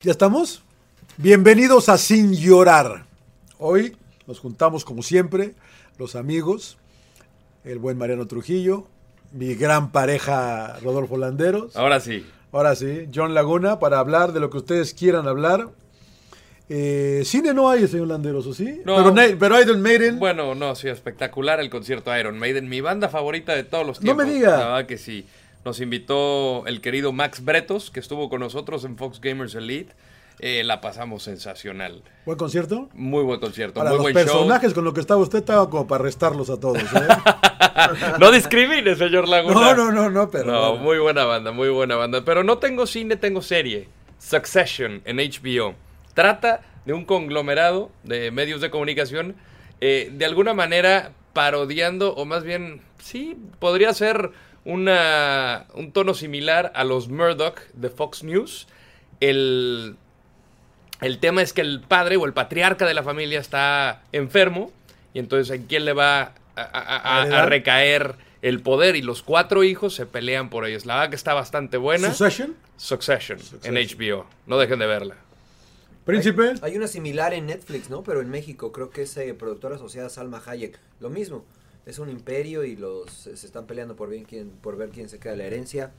¿Ya estamos? Bienvenidos a Sin Llorar. Hoy nos juntamos como siempre, los amigos, el buen Mariano Trujillo, mi gran pareja Rodolfo Landeros. Ahora sí. Ahora sí, John Laguna, para hablar de lo que ustedes quieran hablar. Eh, cine no hay, señor Landeros, ¿o sí? No. Pero, na- pero Iron Maiden. Bueno, no, sí, espectacular el concierto Iron Maiden, mi banda favorita de todos los No me tiempos. diga. La verdad que sí. Nos invitó el querido Max Bretos, que estuvo con nosotros en Fox Gamers Elite. Eh, la pasamos sensacional. Buen concierto. Muy buen concierto, Para muy los buen personajes con los que estaba usted, estaba como para arrestarlos a todos. ¿eh? show. No discrimine, señor Laguna. no, no, no, no, pero. No, bueno. muy buena banda, muy buena banda. Pero no tengo cine, tengo serie. Succession en HBO. Trata de un conglomerado de medios de comunicación, eh, de alguna manera parodiando, o más bien, sí, podría ser una, un tono similar a los Murdoch de Fox News. El el tema es que el padre o el patriarca de la familia está enfermo y entonces ¿en quién le va a, a- a- ¿A heredar? a recaer el poder? Y los cuatro hijos se pelean por ellos. La verdad que está bastante buena. Succession, Succession, Succession. en HBO. No dejen de verla. Príncipe. Hay, hay una similar en Netflix, ¿no? Pero en México creo que es eh, productora asociada a Salma Hayek. Lo mismo. Es un imperio y los eh, se se están peleando por, bien quién, por ver quién se queda la herencia.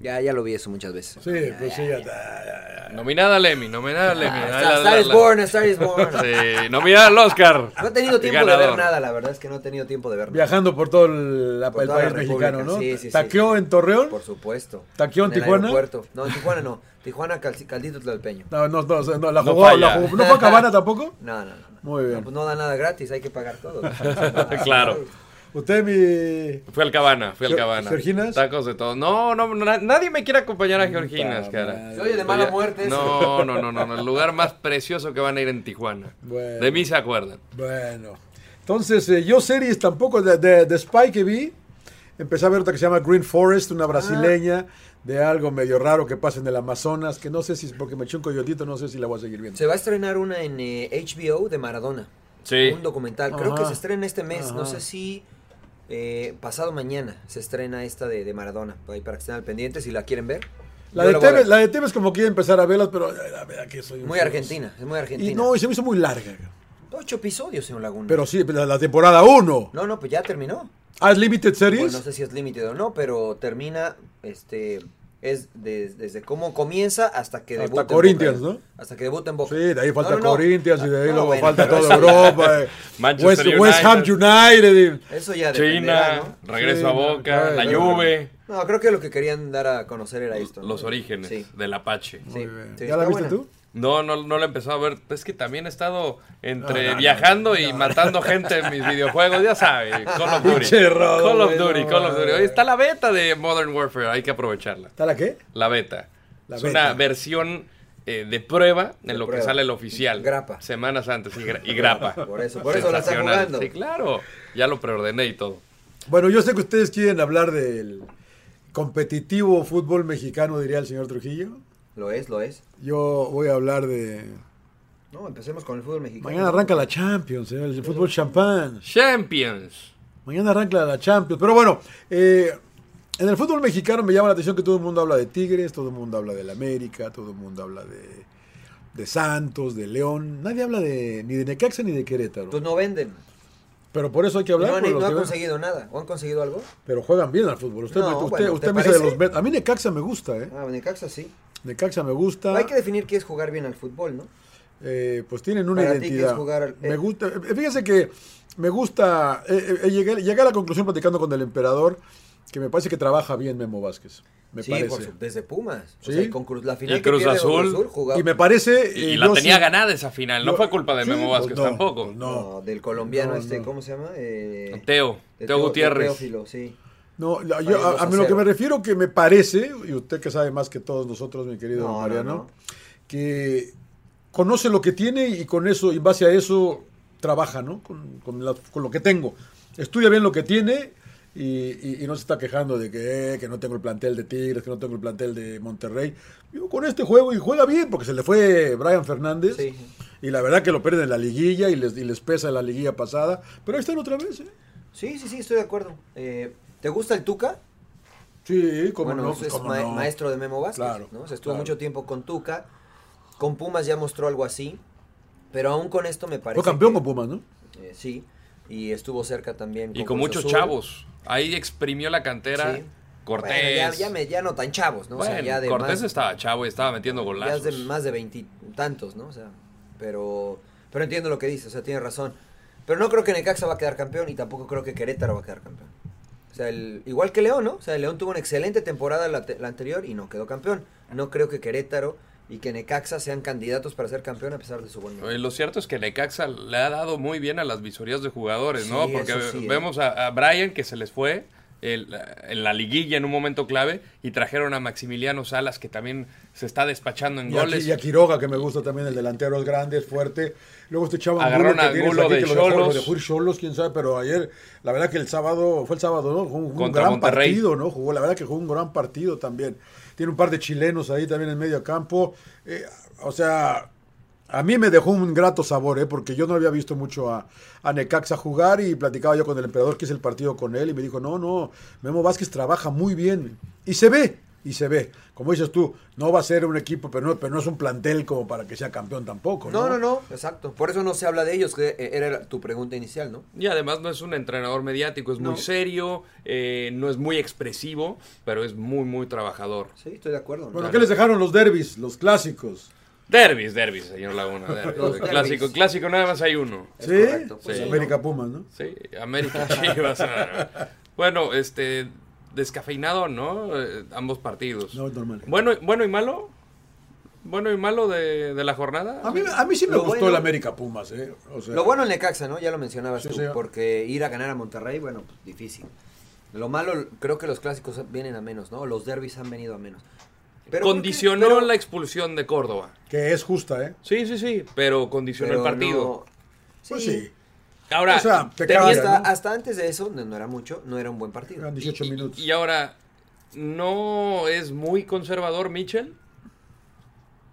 Ya, ya lo vi eso muchas veces. Sí, pues sí, ya está. Nominada al Emmy, nominada al Emmy. Ah, Ahí está, la- Star la- is la- born, a Star is born. Sí, nominada al Oscar. No he tenido tiempo de Ganador. ver nada, la verdad es que no he tenido tiempo de ver nada. Viajando por todo el, la- Por el toda la país República, mexicano, ¿no? sí, sí, sí, Taqueó sí. en Torreón. Por supuesto. ¿Taqueo en el Tijuana? aeropuerto. No, en Tijuana no. Tijuana Calci- Caldito Tlalpeño. No, no, no, no, la No jugó, la falla. jugó. ¿No fue a Cabana tampoco? No, no, no. Muy bien. No, pues no da nada gratis, hay que pagar todo. Claro. Usted, mi. Fui al cabana, fui al Ge- cabana. ¿Georginas? Tacos de todo. No, no, na- nadie me quiere acompañar a Georginas, cara. Se oye de mala Ya- muerte eso. No, no, no, no, no, El lugar más precioso que van a ir en Tijuana. Bueno. De mí se acuerdan. Bueno. Entonces, eh, yo series tampoco de, de, de Spy que vi. Empecé a ver otra que se llama Green Forest, Ah. una brasileña, de algo medio raro que pasa en el Amazonas, que no sé si es porque me eché un coyotito, no sé si la voy a seguir viendo. Se va a estrenar una en eh, HBO de Maradona. Sí. Un documental. Creo Ajá. que se estrena este mes. No Ajá. sé si eh, pasado mañana se estrena esta de, de Maradona. Ahí para que estén al pendiente si la quieren ver. La Yo de, la voy a Tevez, ver. la de Tevez como quiere empezar a verlas, pero eh, la verdad que soy un Muy feo. argentina. Es muy argentina. Y no, y se me hizo muy larga. Ocho episodios, señor Laguna. Pero sí, la, la temporada 1. No, no, pues ya terminó. ¿Ah, es Limited Series? Bueno, no sé si es límite o no, pero termina este es de- desde cómo comienza hasta que Hasta debuta en Boca. Corinthians, ¿no? Hasta que debuta en Boca. Sí, de ahí falta No, no, no. Corinthians y de ahí No, luego bueno, falta pero toda eso ya- Europa. eh. West, Manchester West Ham United. Eso ya dependerá, China, ¿no? regreso Sí, a Boca, claro, la claro. Juve, No, creo que lo que querían dar a conocer era esto. ¿no? los orígenes Sí. del Apache. y- Muy Sí, bien. sí, ¿Ya la está viste buena. tú? No, no, no lo he empezado a ver. Es que también he estado entre No, no, no, viajando y matando gente en mis videojuegos, ya sabe. Call of Duty. Pinche rodo, Call of güey, Duty, no Call of Duty. mames. Oye, está la beta de Modern Warfare, hay que aprovecharla. ¿Está la qué? La beta. La es beta. una versión eh, de prueba en De lo que prueba. sale el oficial. Grapa. Semanas antes y, gra- y grapa. Por eso, por eso la está Sensacional. jugando. Sí, claro. Ya lo preordené y todo. Bueno, yo sé que ustedes quieren hablar del competitivo fútbol mexicano, diría el señor Trujillo. Lo es, lo es. Yo voy a hablar de... No, empecemos con el fútbol mexicano. Mañana arranca la Champions, eh, el fútbol champán. Champions. Mañana arranca la Champions. Pero bueno, eh, en el fútbol mexicano me llama la atención que todo el mundo habla de Tigres, todo el mundo habla del América, todo el mundo habla de, de Santos, de León. Nadie habla de ni de Necaxa ni de Querétaro. Pues no venden. Pero por eso hay que No hablar. han, por lo no que han ven. conseguido nada. ¿O han conseguido algo? Pero juegan bien al fútbol. Usted, No, usted- bueno, usted ¿te me dice de los... parece? bet- A mí Necaxa me gusta, ¿eh? Ah, Necaxa sí. Necaxa me gusta. Hay que definir qué es jugar bien al fútbol, ¿no? Eh, pues tienen una Para ti, identidad. ¿quieres jugar al- Me eh? gusta, eh, fíjense que me gusta, eh, eh, llegué, llegué a la conclusión platicando con el emperador que me parece que trabaja bien Memo Vázquez. Me sí, por parece. su- desde Pumas. Sí. O sea, y con Cruz, la final Y que Cruz pierde con Azul. jugaba- Y me parece... Y, eh, la yo tenía sí- ganada esa final. No yo- fue culpa de sí, Memo pues Vázquez no, tampoco. pues No, No, del colombiano No, este, no. ¿cómo se llama? Eh, Teo, de Teo Gutiérrez. Teófilo, sí. no, la- yo- Fallaron a, a dos a mí lo que cero. me refiero que me parece, y usted que sabe más que todos nosotros, mi querido No, no, Mariano, no. que conoce lo que tiene y con eso, y en base a eso, trabaja, ¿no? Con, con la- con lo que tengo. Estudia bien lo que tiene y, y- y no se está quejando de que, eh, que no tengo el plantel de Tigres, que no tengo el plantel de Monterrey. Yo con este juego y juega bien porque se le fue Brian Fernández. Sí. Y la verdad que lo pierden en la liguilla y les, y les pesa la liguilla pasada. Pero ahí están otra vez, ¿eh? Sí, sí, sí, estoy de acuerdo. Eh, ¿Te gusta el Tuca? Sí, como bueno, no. es- pues, es cómo ma- no. maestro de Memo Vázquez, Claro, ¿no? Se estuvo claro. mucho tiempo con Tuca Con Pumas ya mostró algo así, pero aún con esto me parece. Fue campeón que- con Pumas, ¿no? eh, sí, y estuvo cerca también. Y con Cruz muchos Azul. chavos. Ahí exprimió la cantera Sí. Cortés. Bueno, ya, ya me- ya no tan chavos, ¿no? O sea, Bueno, ya de Cortés más- estaba chavo y estaba metiendo ya es golazos. de más de veintitantos, ¿no? O sea, pero, pero entiendo lo que dice, o sea, tiene razón. Pero no creo que Necaxa va a quedar campeón y tampoco creo que Querétaro va a quedar campeón. O sea, el- igual que León, ¿no? O sea, el León tuvo una excelente temporada la, te- la anterior y no quedó campeón. No creo que Querétaro y que Necaxa sean candidatos para ser campeón a pesar de su buen nivel. Eh, Lo cierto es que Necaxa le ha dado muy bien a las visorías de jugadores, Sí, ¿no? Porque eso sí, eh. vemos a, a Brian que se les fue el- en la liguilla en un momento clave y trajeron a Maximiliano Salas que también se está despachando en Y a, goles. y a Quiroga, que me gusta también, el delantero es grande, es fuerte. Luego este chavo Agarraron Angulo que a tienes Angulo aquí, de que lo dejó- lo Xolos. dejó ir Xolos, quién sabe, pero ayer, la verdad que el sábado, fue el sábado, ¿no? Jugó un, jugó un Contra gran Monterrey. partido, ¿no? Jugó, la verdad que jugó un gran partido también. Tiene un par de chilenos ahí también en medio campo. Eh, o sea, a mí me dejó un grato sabor, ¿eh? porque yo no había visto mucho a, a Necaxa jugar y platicaba yo con el emperador que hice el partido con él y me dijo, no, no, Memo Vázquez trabaja muy bien. Y se ve, y se ve. Como dices tú, no va a ser un equipo, pero no, pero no es un plantel como para que sea campeón tampoco. No, No, no, no, exacto. Por eso no se habla de ellos, que eh, era tu pregunta inicial, ¿no? Y además no es un entrenador mediático, es No. muy serio, eh, no es muy expresivo, pero es muy, muy trabajador. Sí, estoy de acuerdo. ¿no? Bueno, ¿qué les dejaron los derbis, los clásicos? Derbis, derbis, señor Laguna. derbis. Los derbis. clásico, clásico, nada más hay uno. Es ¿Sí? correcto, pues Sí. sí, América Pumas, ¿no? Sí, América Chivas. ah. bueno, este, descafeinado, ¿no? Eh, ambos partidos. No, es normal. Bueno, bueno y malo. Bueno y malo de, de la jornada. A mí, a mí sí me Lo gustó bueno- el América Pumas, ¿eh? O sea, Lo bueno en Necaxa, ¿no? Ya lo mencionabas Sí, tú, sí. porque ir a ganar a Monterrey, bueno, pues, difícil. Lo malo, creo que los clásicos vienen a menos, ¿no? Los derbis han venido a menos. condicionó pero- la expulsión de Córdoba. que es justa, ¿eh? Sí, sí, sí, pero condicionó pero el partido. no- Sí, Pues sí, Ahora, O sea, te tenía- cambia, hasta, ¿no? hasta antes de eso, no, no era mucho, no era un buen partido. eran 18 y- minutos. Y ahora, ¿no es muy conservador Mitchell?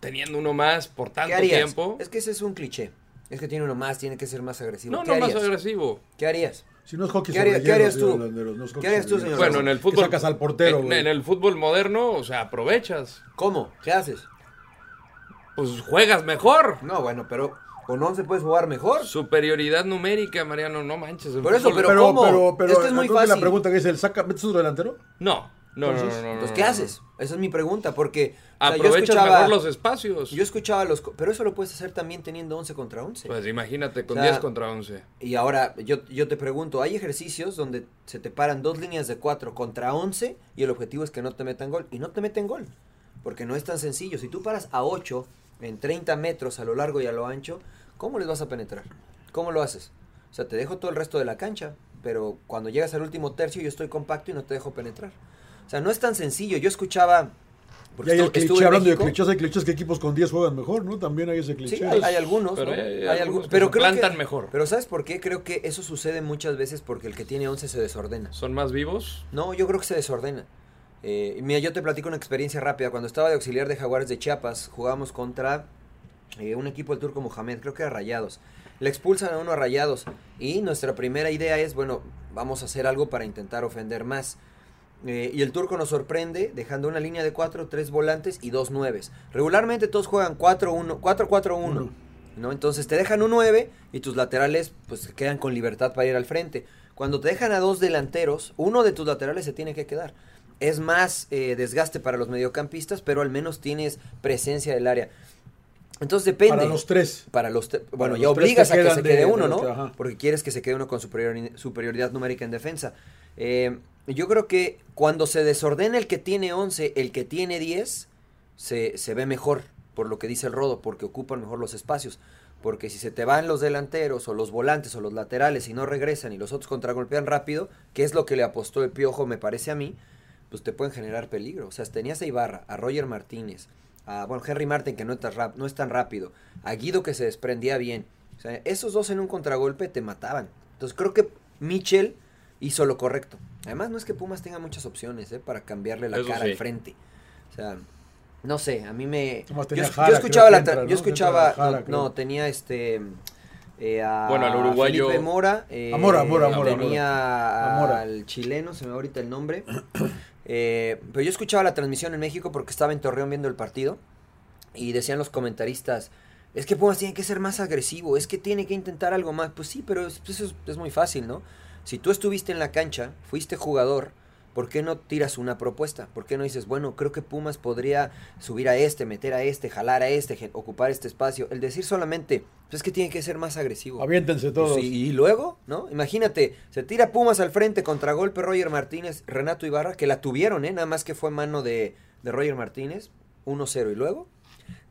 Teniendo uno más por ¿Qué tanto harías? tiempo. Es que ese es un cliché. Es que tiene uno más, tiene que ser más agresivo. No, ¿Qué no harías? más agresivo. ¿Qué harías? Si no es hockey ¿Qué sobre haría- qué hielo, harías señor tú? Landeros, no es hockey ¿Qué harías sobre tú, hielo. señor? Bueno, en el Que fútbol. sacas al portero, en, güey. en el fútbol moderno, o sea, aprovechas. ¿Cómo? ¿Qué haces? Pues juegas mejor. No, bueno, pero con 11 puedes jugar mejor. Superioridad numérica, Mariano, no manches. el Por eso, fútbol- pero ¿cómo? Es que es muy creo que fácil. la pregunta que es el saca, ¿metes otro delantero? No, no, no, Entonces, no, no, Entonces, pues, no, ¿qué no. haces? Esa es mi pregunta, porque o sea, yo Aprovechas escuchaba- mejor los espacios. Yo escuchaba los... co- Pero eso lo puedes hacer también teniendo 11 contra 11. Pues imagínate, con O sea, 10 contra 11. Y ahora yo, yo te pregunto, hay ejercicios donde se te paran dos líneas de 4 contra 11 y el objetivo es que no te metan gol. Y no te meten gol, porque no es tan sencillo. Si tú paras a 8 en 30 metros a lo largo y a lo ancho, ¿cómo les vas a penetrar? ¿Cómo lo haces? O sea, te dejo todo el resto de la cancha, pero cuando llegas al último tercio yo estoy compacto y no te dejo penetrar. O sea, no es tan sencillo. Yo escuchaba... y hay el estu- estuve cliché, en hablando México. de clichés, hay clichés que equipos con 10 juegan mejor, ¿no? También hay ese cliché. Sí, hay, hay algunos, Pero ¿no? hay- hay Hay algunos que algu- pero se creo plantan que- mejor. Pero ¿sabes por qué? Creo que eso sucede muchas veces porque el que tiene 11 se desordena. ¿Son más vivos? No, yo creo que se desordena. Eh, mira, yo te platico una experiencia rápida. Cuando estaba de auxiliar de Jaguares de Chiapas, jugábamos contra eh, un equipo del Turco Mohamed, creo que era Rayados. Le expulsan a uno a Rayados y nuestra primera idea es, bueno, vamos a hacer algo para intentar ofender más. Eh, y el turco nos sorprende dejando una línea de 4, 3 volantes y 2 9. Regularmente todos juegan 4-1, 4-4-1. Uno. ¿no? Entonces te dejan un 9 y tus laterales pues quedan con libertad para ir al frente. Cuando te dejan a dos delanteros, uno de tus laterales se tiene que quedar. Es más eh, desgaste para los mediocampistas, pero al menos tienes presencia del área. Entonces depende. Para los tres. Para los te- bueno, ya los tres obligas que a que quedan se de- quede de uno, los ¿no? que- ajá. Porque quieres que se quede uno con superiori- superioridad numérica en defensa. Eh, yo creo que cuando se desordena el que tiene 11, el que tiene 10, se, se ve mejor, por lo que dice el Rodo, porque ocupan mejor los espacios. Porque si se te van los delanteros o los volantes o los laterales y no regresan y los otros contragolpean rápido, que es lo que le apostó el Piojo, me parece a mí, pues te pueden generar peligro. O sea, tenías a Ibarra, a Roger Martínez, a bueno, Henry Martin, que no, está rap- no es tan rápido, a Guido, que se desprendía bien. O sea, esos dos en un contragolpe te mataban. Entonces creo que Mitchell hizo lo correcto. Además, no es que Pumas tenga muchas opciones ¿eh? para cambiarle la Eso cara sí. al frente. O sea, no sé, a mí me. Nomás Yo, tenía yo Jara, creo escuchaba que la. tra- entra, ¿no? Yo escuchaba. Entra Jara, no, no, creo. tenía este. eh, a Bueno, al uruguayo- Felipe Mora. eh, A Mora, a Mora, a Mora, a Tenía Mora. A Mora. al chileno, se me va ahorita el nombre. Eh, pero yo escuchaba la transmisión en México porque estaba en Torreón viendo el partido. Y decían los comentaristas, es que Pumas tiene que ser más agresivo, es que tiene que intentar algo más. Pues sí, pero es- pues eso es, es muy fácil, ¿no? Si tú estuviste en la cancha, fuiste jugador, ¿por qué no tiras una propuesta? ¿Por qué no dices, bueno, creo que Pumas podría subir a este, meter a este, jalar a este, gen- ocupar este espacio? El decir solamente, pues es que tiene que ser más agresivo. Aviéntense Pues, todos. y, y luego, ¿no? Imagínate, se tira Pumas al frente contra golpe Roger Martínez, Renato Ibarra, que la tuvieron, ¿eh? Nada más que fue mano de, de Roger Martínez, 1-0. Y luego,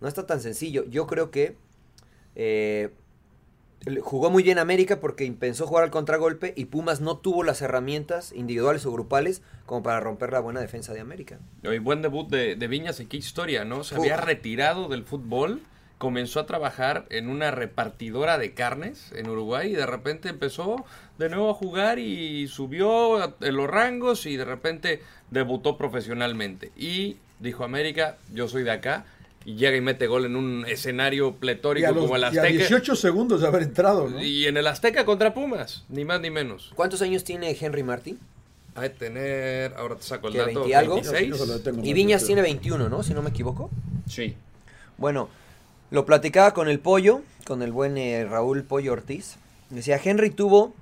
no está tan sencillo. Yo creo que eh, le- jugó muy bien América porque pensó jugar al contragolpe y Pumas no tuvo las herramientas individuales o grupales como para romper la buena defensa de América. Oye, buen debut de, de Viñas y qué historia, ¿no? Se había Uf. retirado del fútbol, comenzó a trabajar en una repartidora de carnes en Uruguay y de repente empezó de nuevo a jugar y subió a- en los rangos y de repente debutó profesionalmente. Y dijo América, yo soy de acá. Y llega y mete gol en un escenario Y a, pletórico los, como el y a Azteca. 18 segundos de haber entrado, ¿no? Y en el Azteca contra Pumas, ni más ni menos. ¿Cuántos años tiene Henry Martín? Va a tener, ahora te saco el ¿Qué, dato, 20 y algo? Yo se lo detengo Y más, Viñas yo tiene creo. 21, ¿no? Si no me equivoco. Sí. Bueno, lo platicaba con el pollo, con el buen eh, Raúl Pollo Ortiz. Decía, Henry tuvo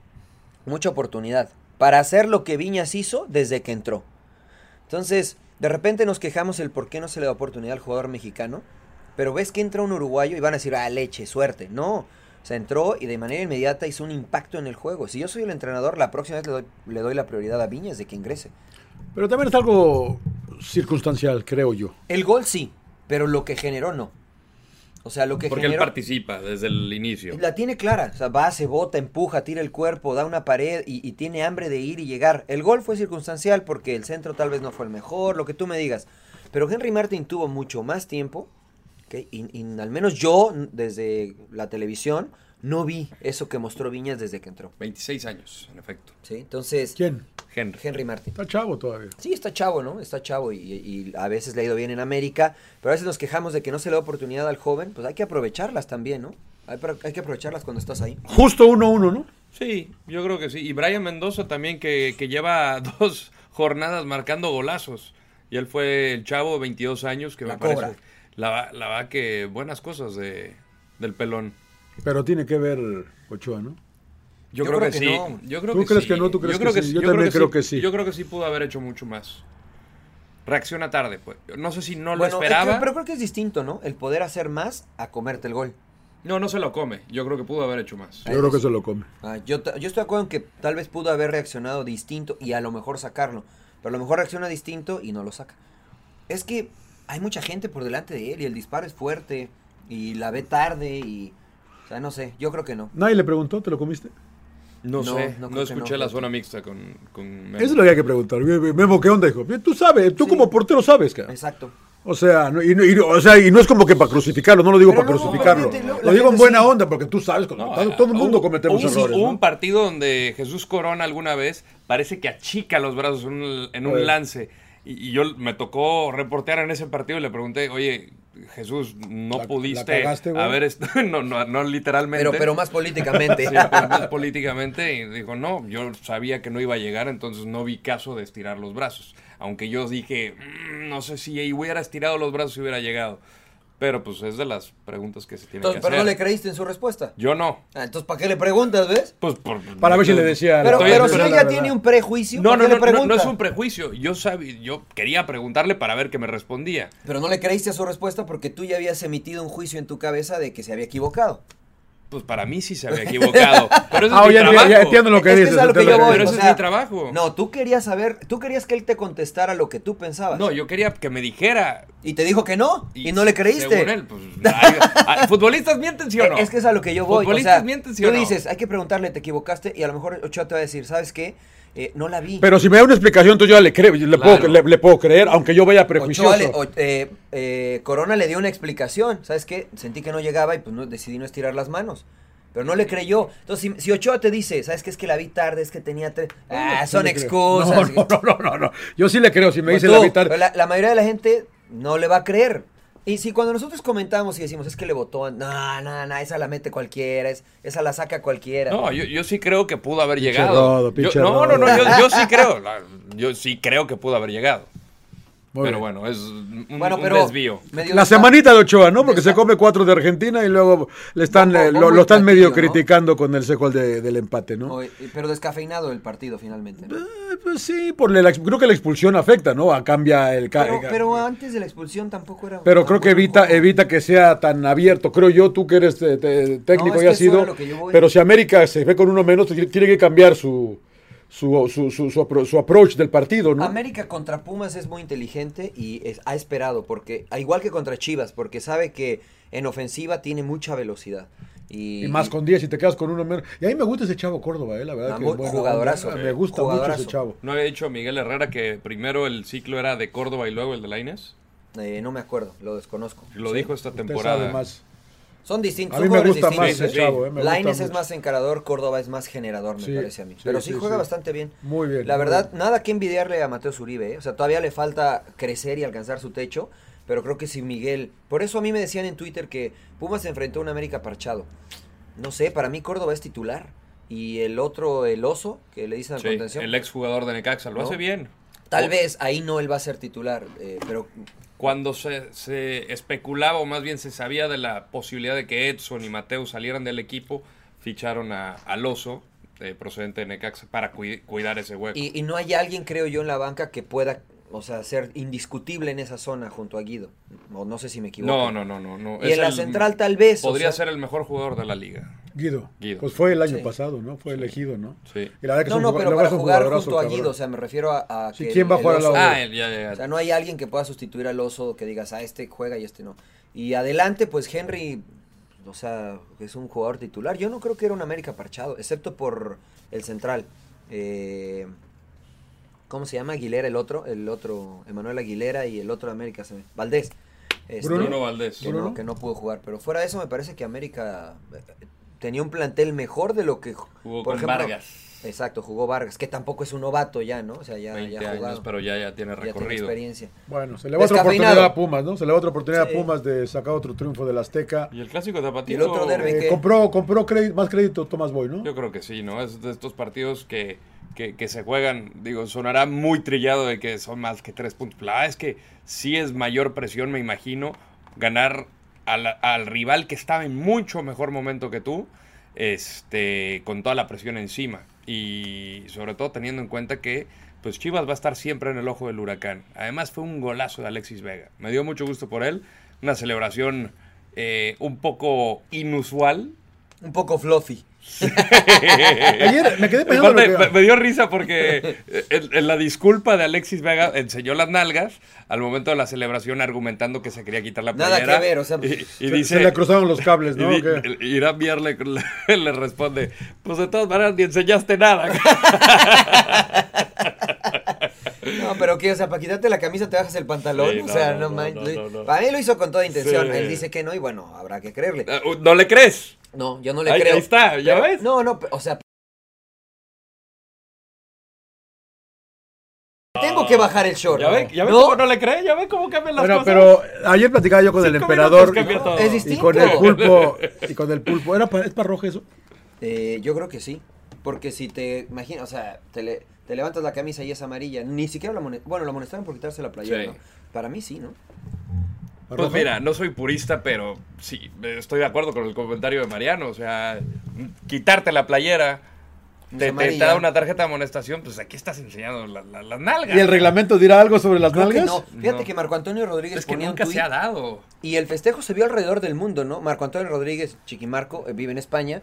mucha oportunidad para hacer lo que Viñas hizo desde que entró. Entonces, de repente nos quejamos el por qué no se le da oportunidad al jugador mexicano, pero ves que entra un uruguayo y van a decir, ah, leche, suerte. No, o sea, entró y de manera inmediata hizo un impacto en el juego. Si yo soy el entrenador, la próxima vez le doy, le doy la prioridad a Viñas de que ingrese. Pero también es algo circunstancial, creo yo. El gol sí, pero lo que generó no. O sea, lo que Porque él generó... participa desde el inicio. La tiene clara. O sea, va, se bota, empuja, tira el cuerpo, da una pared y, y tiene hambre de ir y llegar. El gol fue circunstancial porque el centro tal vez no fue el mejor, lo que tú me digas. Pero Henry Martin tuvo mucho más tiempo. ¿ok? Y, y al menos yo, n- desde la televisión, no vi eso que mostró Viñas desde que entró. 26 años, en efecto. ¿sí? Entonces, ¿Quién? Henry. Henry Martin. Está chavo todavía. Sí, está chavo, ¿no? Está chavo y, y a veces le ha ido bien en América, pero a veces nos quejamos de que no se le da oportunidad al joven. Pues hay que aprovecharlas también, ¿no? Hay, pro- hay que aprovecharlas cuando estás ahí. Justo 1-1, ¿no? Sí, yo creo que sí. Y Brian Mendoza también, que, que lleva dos jornadas marcando golazos. Y él fue el chavo de 22 años que La me cobra. parece. La, va- la va que buenas cosas de, del pelón. Pero tiene que ver Ochoa, ¿no? Yo, Yo creo, creo que, que sí. no. Yo creo ¿Tú que crees sí. que no? ¿Tú crees yo creo que que, sí? sí. Yo también creo que sí. Yo creo que sí pudo haber hecho mucho más. Reacciona tarde, pues. No sé si no lo Bueno, es que- esperaba. pero creo que es distinto, ¿no? El poder hacer más a comerte el gol. No, no se lo come. Yo creo que pudo haber hecho más. Yo creo que se lo come. Ah, yo, ta- yo estoy de acuerdo en que tal vez pudo haber reaccionado distinto y a lo mejor sacarlo. Pero a lo mejor reacciona distinto y no lo saca. Es que hay mucha gente por delante de él y el disparo es fuerte y la ve tarde y... O sea, no sé, yo creo que no. Nadie le preguntó, ¿te lo comiste? No, No, sé. no No, creo que escuché no. la zona mixta con, con Memo. Eso es lo que hay que preguntar. Memo, ¿qué onda, hijo? Tú sabes, tú Sí. como portero sabes, cara. Exacto. O sea, no, y, no- y no- o sea, y no es como que para crucificarlo, no lo digo Pero para luego, crucificarlo. obviamente, luego la lo digo en gente buena sí. onda, porque tú sabes, como No, todo, ah, todo el mundo hubo- cometemos hubo- errores. Hubo ¿no? un partido donde Jesús Corona alguna vez parece que achica los brazos en un, en un Eh. lance. Y, y yo me tocó reportear en ese partido y le pregunté, oye, Jesús, no La- la pudiste cagaste, güey. haber est- no, no, no literalmente. Pero, pero más políticamente. Sí, pero más políticamente y dijo, no, yo sabía que no iba a llegar, entonces no vi caso de estirar los brazos. Aunque yo dije, "Mm, no sé si ahí hubiera estirado los brazos y hubiera llegado. Pero pues es de las preguntas que se tienen Entonces, que pero no hacer. le creíste en su respuesta. yo no. Ah, entonces, ¿para qué le preguntas, ves? Pues por- Para ver si le decía. Pero, estoy pero si esperando la ella verdad. tiene un prejuicio, No, ¿para no, qué no, le no, no preguntas? es un prejuicio. Yo sabía, yo quería preguntarle para ver que me respondía. Pero no le creíste a su respuesta porque tú ya habías emitido un juicio en tu cabeza de que se había equivocado. Pues para mí sí se había equivocado. Pero eso Ah, es ya, mi ya- ya trabajo. entiendo lo que Es que dices. es a lo que entiendo yo voy, Pero dices. ese o es sea, mi trabajo. No, tú querías saber, tú querías que él te contestara lo que tú pensabas. No, yo quería que me dijera. Y te dijo que no, y, no le creíste. E, Según él, pues, ay, ay, ¿Futbolistas mienten sí o no? Es que es a lo que yo voy. O ¿Futbolistas sea, mienten sí tú o no? dices, hay que preguntarle, te equivocaste, y a lo mejor Ochoa te va a decir, ¿sabes qué? Eh, no la vi. Pero si me da una explicación, entonces yo ya le creo, yo le, Claro. puedo, le, le puedo creer, aunque yo vaya prejuicioso. Ochoa le- o- eh, eh, Corona le dio una explicación, ¿sabes qué? Sentí que no llegaba y pues no, decidí no estirar las manos. Pero no le creyó. Entonces, si, si Ochoa te dice, ¿sabes qué? Es que la vi tarde, es que tenía tres... Ah, Sí son le creo. No, excusas. no, no, no, no. Yo sí le creo, si me Pues dice tú, la mitad. pero la, la mayoría de la gente no le va a creer. Y si cuando nosotros comentamos y decimos, es que le votó, a- no, no, no, esa la mete cualquiera, es- esa la saca cualquiera. No, yo, yo sí creo que pudo haber Pinche llegado. rodo, Yo- pinche no, no, rodo. no, yo, yo sí creo. la- Yo sí creo que pudo haber llegado. Muy pero bien. bueno, es un, Bueno, un pero. desvío. me dio La esta- semanita de Ochoa, ¿no? Porque se Exacto. come cuatro de Argentina y luego le están, Va- va eh, lo, muy lo están medio tranquilo, ¿no? criticando con el seco de- del empate, ¿no? Oye, Pero descafeinado el partido finalmente. ¿no? Eh, pues sí, por la, ex- creo que la expulsión afecta, ¿no? A- Cambia el... ca- Pero, ca- pero antes de la expulsión tampoco era. Pero tan creo que buen evita, juego. evita que sea tan abierto. Creo yo, tú que eres eh, te- técnico No, es y que has eso era sido. lo que yo voy. Pero si América se ve con uno menos, tiene tiene que cambiar su su, su, su, su apro- su approach del partido, ¿no? América contra Pumas es muy inteligente y es- ha esperado, porque al igual que contra Chivas, porque sabe que en ofensiva tiene mucha velocidad. Y, Y más con 10 y te quedas con uno menos. Y a mí me gusta ese chavo Córdoba, eh, la verdad. Ah, que muy bueno, jugadorazo. Me gusta mucho Jugadorazo. ese chavo. ¿No había dicho Miguel Herrera que primero el ciclo era de Córdoba y luego el de Laines? eh, no me acuerdo, lo desconozco. Lo Sí. dijo esta Usted temporada. sabe más. Son distintos. A mí son me jugadores gusta más sí, ese sí. distintos. chavo. eh, me gusta Lainez es mucho. más encarador, Córdoba es más generador, me Sí, parece a mí. sí, Pero sí, sí, juega sí. bastante bien. Muy bien, La muy verdad, bien. nada que envidiarle a Mateo Zuribe, ¿eh? O sea, todavía le falta crecer y alcanzar su techo. Pero creo que si Miguel. Por eso a mí me decían en Twitter que Pumas se enfrentó a un América parchado. No sé, para mí Córdoba es titular. Y el otro, el oso, que le dicen al Sí, contención. el exjugador de Necaxa lo No. hace bien. Tal O- vez ahí no él va a ser titular. eh, pero Cuando se, se especulaba, o más bien se sabía de la posibilidad de que Edson y Mateo salieran del equipo, ficharon a Aloso, procedente de Necaxa, para cui- cuidar ese hueco. Y, y no hay alguien, creo yo, en la banca que pueda, o sea, ser indiscutible en esa zona junto a Guido. O no sé si me equivoco. no, no, no, no. no. Y en la el- central tal vez. o Podría sea, ser el mejor jugador de la liga. Guido. Guido. Pues fue el año Sí. pasado, ¿no? Fue elegido, ¿no? Sí. Y la verdad que es No, un no, jugu- pero la verdad para es un jugar jugadorazo, junto a cabrón. Guido, o sea, me refiero a, a Sí, ¿quién va a el jugar al oso- lado Ah, el- ya, ya, ya. O sea, no hay alguien que pueda sustituir al oso que digas, ah, este juega y este no. Y adelante, pues Henry, o sea, es un jugador titular. Yo no creo que era un América parchado, excepto por el central. Eh, ¿Cómo se llama? Aguilera, el otro, el otro, Emanuel Aguilera y el otro de América, se me- Valdés. Este, Bruno. Bruno Valdés. que, Bruno. No, que no pudo jugar. Pero fuera de eso, me parece que América eh, tenía un plantel mejor de lo que Jugó con Vargas. Exacto, jugó Vargas, que tampoco es un novato ya, ¿no? O sea, ya, 20 ya ha años, jugado. pero ya, ya tiene ya tiene recorrido. experiencia. Bueno, se le va otra Descafeinado. oportunidad a Pumas, ¿no? Se le va otra oportunidad Sí. a Pumas de sacar otro triunfo del Azteca. y el clásico tapatío. Y el otro derbi. Eh, ¿Qué? compró compró crédito- más crédito Tomás Boy, ¿no? Yo creo que sí, ¿no? Es de estos partidos que, que, que se juegan, digo, sonará muy trillado de que son más que tres puntos. La verdad es que sí es mayor presión, me imagino, ganar al, al rival que estaba en mucho mejor momento que tú, este, con toda la presión encima. Y sobre todo teniendo en cuenta que pues Chivas va a estar siempre en el ojo del huracán. Además fue un golazo de Alexis Vega. Me dio mucho gusto por él. Una celebración eh, un poco inusual, Un poco fluffy. Ayer me quedé pensando Aparte, lo me, que- me dio risa porque en, en la disculpa de Alexis Vega enseñó las nalgas al momento de la celebración argumentando que se quería quitar la Nada playera. que ver, o sea, y, y se, dice... se le cruzaron los cables, ¿no? y di- ¿Qué? el- Irán Mier le, le- le responde, pues de todas maneras ni enseñaste nada. No, pero que, o sea, para quitarte la camisa te bajas el pantalón. Sí, o no, sea, no, no, no, man- no, no, lo- no. Para mí lo hizo con toda intención. Sí. Él dice que no y bueno, habrá que creerle. Eh, ¿No le crees? No, yo no le ahí, creo. ahí está, ¿ya Pero- ves? No, no, pe- o sea. Tengo que bajar el short. Ah. ¿Ya ves ya ve No, cómo no le cree? ¿Ya ves cómo cambian las Bueno, cosas? pero ayer platicaba yo con el Cinco emperador minutos cambia todo. Es y, y distinto. con el pulpo y con el pulpo. ¿Era para, es para rojo eso? Eh, yo creo que sí. Porque si te imaginas, o sea, te, le- te levantas la camisa y es amarilla. Ni siquiera lo amonestaron. Bueno, lo amonestaron por quitarse la playera, Sí. ¿no? Para mí sí, ¿no? ¿Para Pues rojo? mira, no soy purista, pero sí, eh, estoy de acuerdo con el comentario de Mariano. O sea, mm, quitarte la playera, te- te, te amarilla. da una tarjeta de amonestación, pues aquí estás enseñando la- la- las nalgas. ¿Y el reglamento dirá algo sobre las Creo que nalgas? no. Fíjate No. que Marco Antonio Rodríguez Es que ponía un nunca se tuit ha dado. Y el festejo se vio alrededor del mundo, ¿no? Marco Antonio Rodríguez, Chiquimarco, eh, vive en España.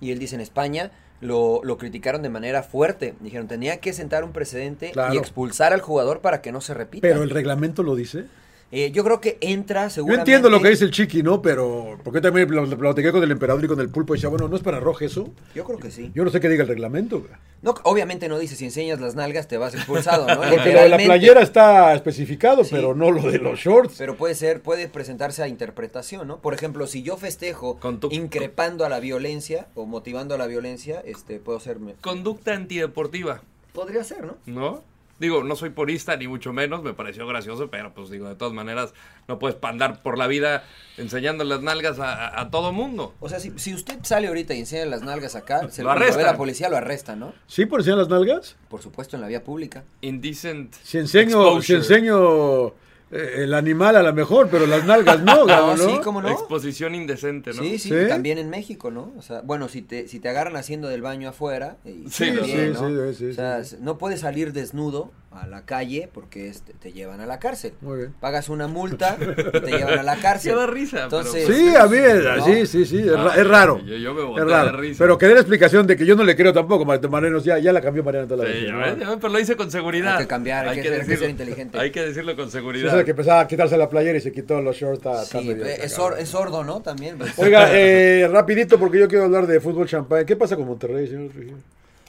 Y él dice, en España lo, lo criticaron de manera fuerte. Dijeron, tenía que sentar un precedente Claro. y expulsar al jugador para que no se repita. Pero el reglamento lo dice. Eh, yo creo que entra Yo seguramente... entiendo lo que dice el chiqui, ¿no? Pero porque también lo, lo platiqué con el emperador y con el pulpo y decía, bueno, no es para rojo eso. Yo creo que sí. Yo no sé qué diga el reglamento. güey. No, obviamente no dice, si enseñas las nalgas te vas expulsado, ¿no? Porque lo de la Literalmente. playera está especificado, Sí. pero no lo de los shorts. Pero puede ser, puede presentarse a interpretación, ¿no? Por ejemplo, si yo festejo Con tu- increpando a la violencia o motivando a la violencia, este, puedo ser... me- Conducta antideportiva, Podría ser, ¿no? ¿no? Digo, no soy purista ni mucho menos, me pareció gracioso, pero pues digo, de todas maneras, no puedes andar por la vida enseñando las nalgas a, a- a todo mundo. O sea, si, si usted sale ahorita y enseña las nalgas acá, se Lo lo, lo ve arrestan. la policía, lo arresta, ¿no? ¿Sí por enseñar las nalgas? Por supuesto, en la vía pública. Indecent. Si enseño, si exposure. enseño eh, el animal a lo mejor, pero las nalgas no, Gabo, ¿no? sí, ¿cómo no? Exposición indecente, ¿no? Sí, sí, ¿Sí? también en México, ¿no? O sea, bueno, si te, si te agarran haciendo del baño afuera, eh, Sí, también, sí, ¿no? sí, sí, O sea, sí, no puedes salir desnudo a la calle porque es- te, te llevan a la cárcel. Muy bien. Pagas una multa y te llevan a la Se cárcel. da risa. Entonces- pero- Sí, a mí, este ah, ¿No? sí, sí, sí, es, ra- Ay, es raro. Ah, yo- yo me boté es raro. de risa. Pero quedé la explicación de que yo no le creo tampoco, Mar- Mariano, ya, ya la cambió Mariano toda la Sí, vez. ya ¿no? ves, ya ves, pero lo hice con seguridad. Hay que cambiar, hay que ser- hay que ser inteligente. Hay que decirlo con Sí, esa seguridad. de que empezaba a quitarse la playera y se quitó los shorts. a- Sí, a medio eh, es, acá. sor- es sordo, ¿no? También. pues. Oiga, eh, rapidito porque yo quiero hablar de fútbol champán. ¿Qué pasa con Monterrey, señor Trujillo?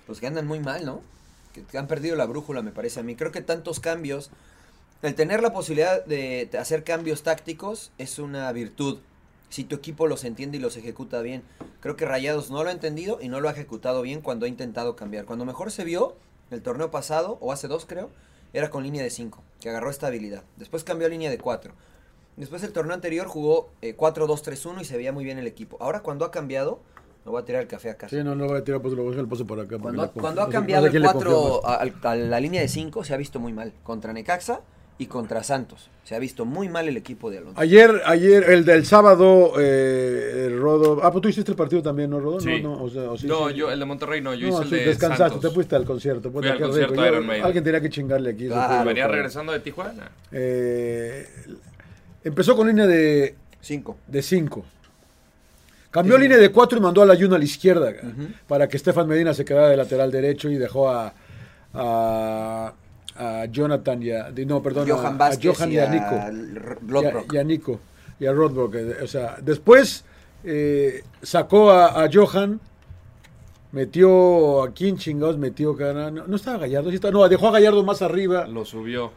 pues que andan muy mal, ¿no? Que, que han perdido la brújula, me parece a mí. Creo que tantos cambios, el tener la posibilidad de t- hacer cambios tácticos es una virtud. Si tu equipo los entiende y los ejecuta bien. Creo que Rayados no lo ha entendido y no lo ha ejecutado bien cuando ha intentado cambiar. Cuando mejor se vio, el torneo pasado, o hace dos creo, era con línea de 5, que agarró estabilidad. Después cambió a línea de 4. Después el torneo anterior jugó eh, 4-2-3-1 y se veía muy bien el equipo. Ahora cuando ha cambiado, no voy a tirar el café a casa. Sí, no, no voy a tirar pues, lo voy a dejar el pozo por acá. porque Cuando, le ha- confío. cuando ha No sé- no sé cambiado el quién le confío pues. 4 a, al- a la línea de 5, se ha visto muy mal. Contra Necaxa y contra Santos. Se ha visto muy mal el equipo de Alonso. Ayer, ayer, el del sábado, eh, el Rodo. Ah, pues tú hiciste el partido también, ¿no, Rodo? Sí. No, no, o sea, o pues, sí, no, sí. yo, el de Monterrey no, yo No, hice el sí, de descansaste, Santos. te fuiste al concierto. puta, al qué concierto rico. de Yo- Iron Maiden. Ah, Alguien tenía que chingarle aquí. eso Claro. fue lo Venía que- regresando de Tijuana. Eh, empezó con línea de 5. de 5. Cambió línea de 4 y mandó a la Yuna a la izquierda cara, para que Estefan Medina se quedara de lateral derecho y dejó a, a, a Jonathan y a, di- no, perdón, a- Johan a, Vázquez Johan y, y a a Nico. R- Y a, Lodbrok. y a Nico y a Rodbrook. eh, O sea, después eh, sacó a, a Johan, metió a quién chingados metió, cara. No, no estaba Gallardo, sí estaba- no, dejó a Gallardo más arriba, Lo subió.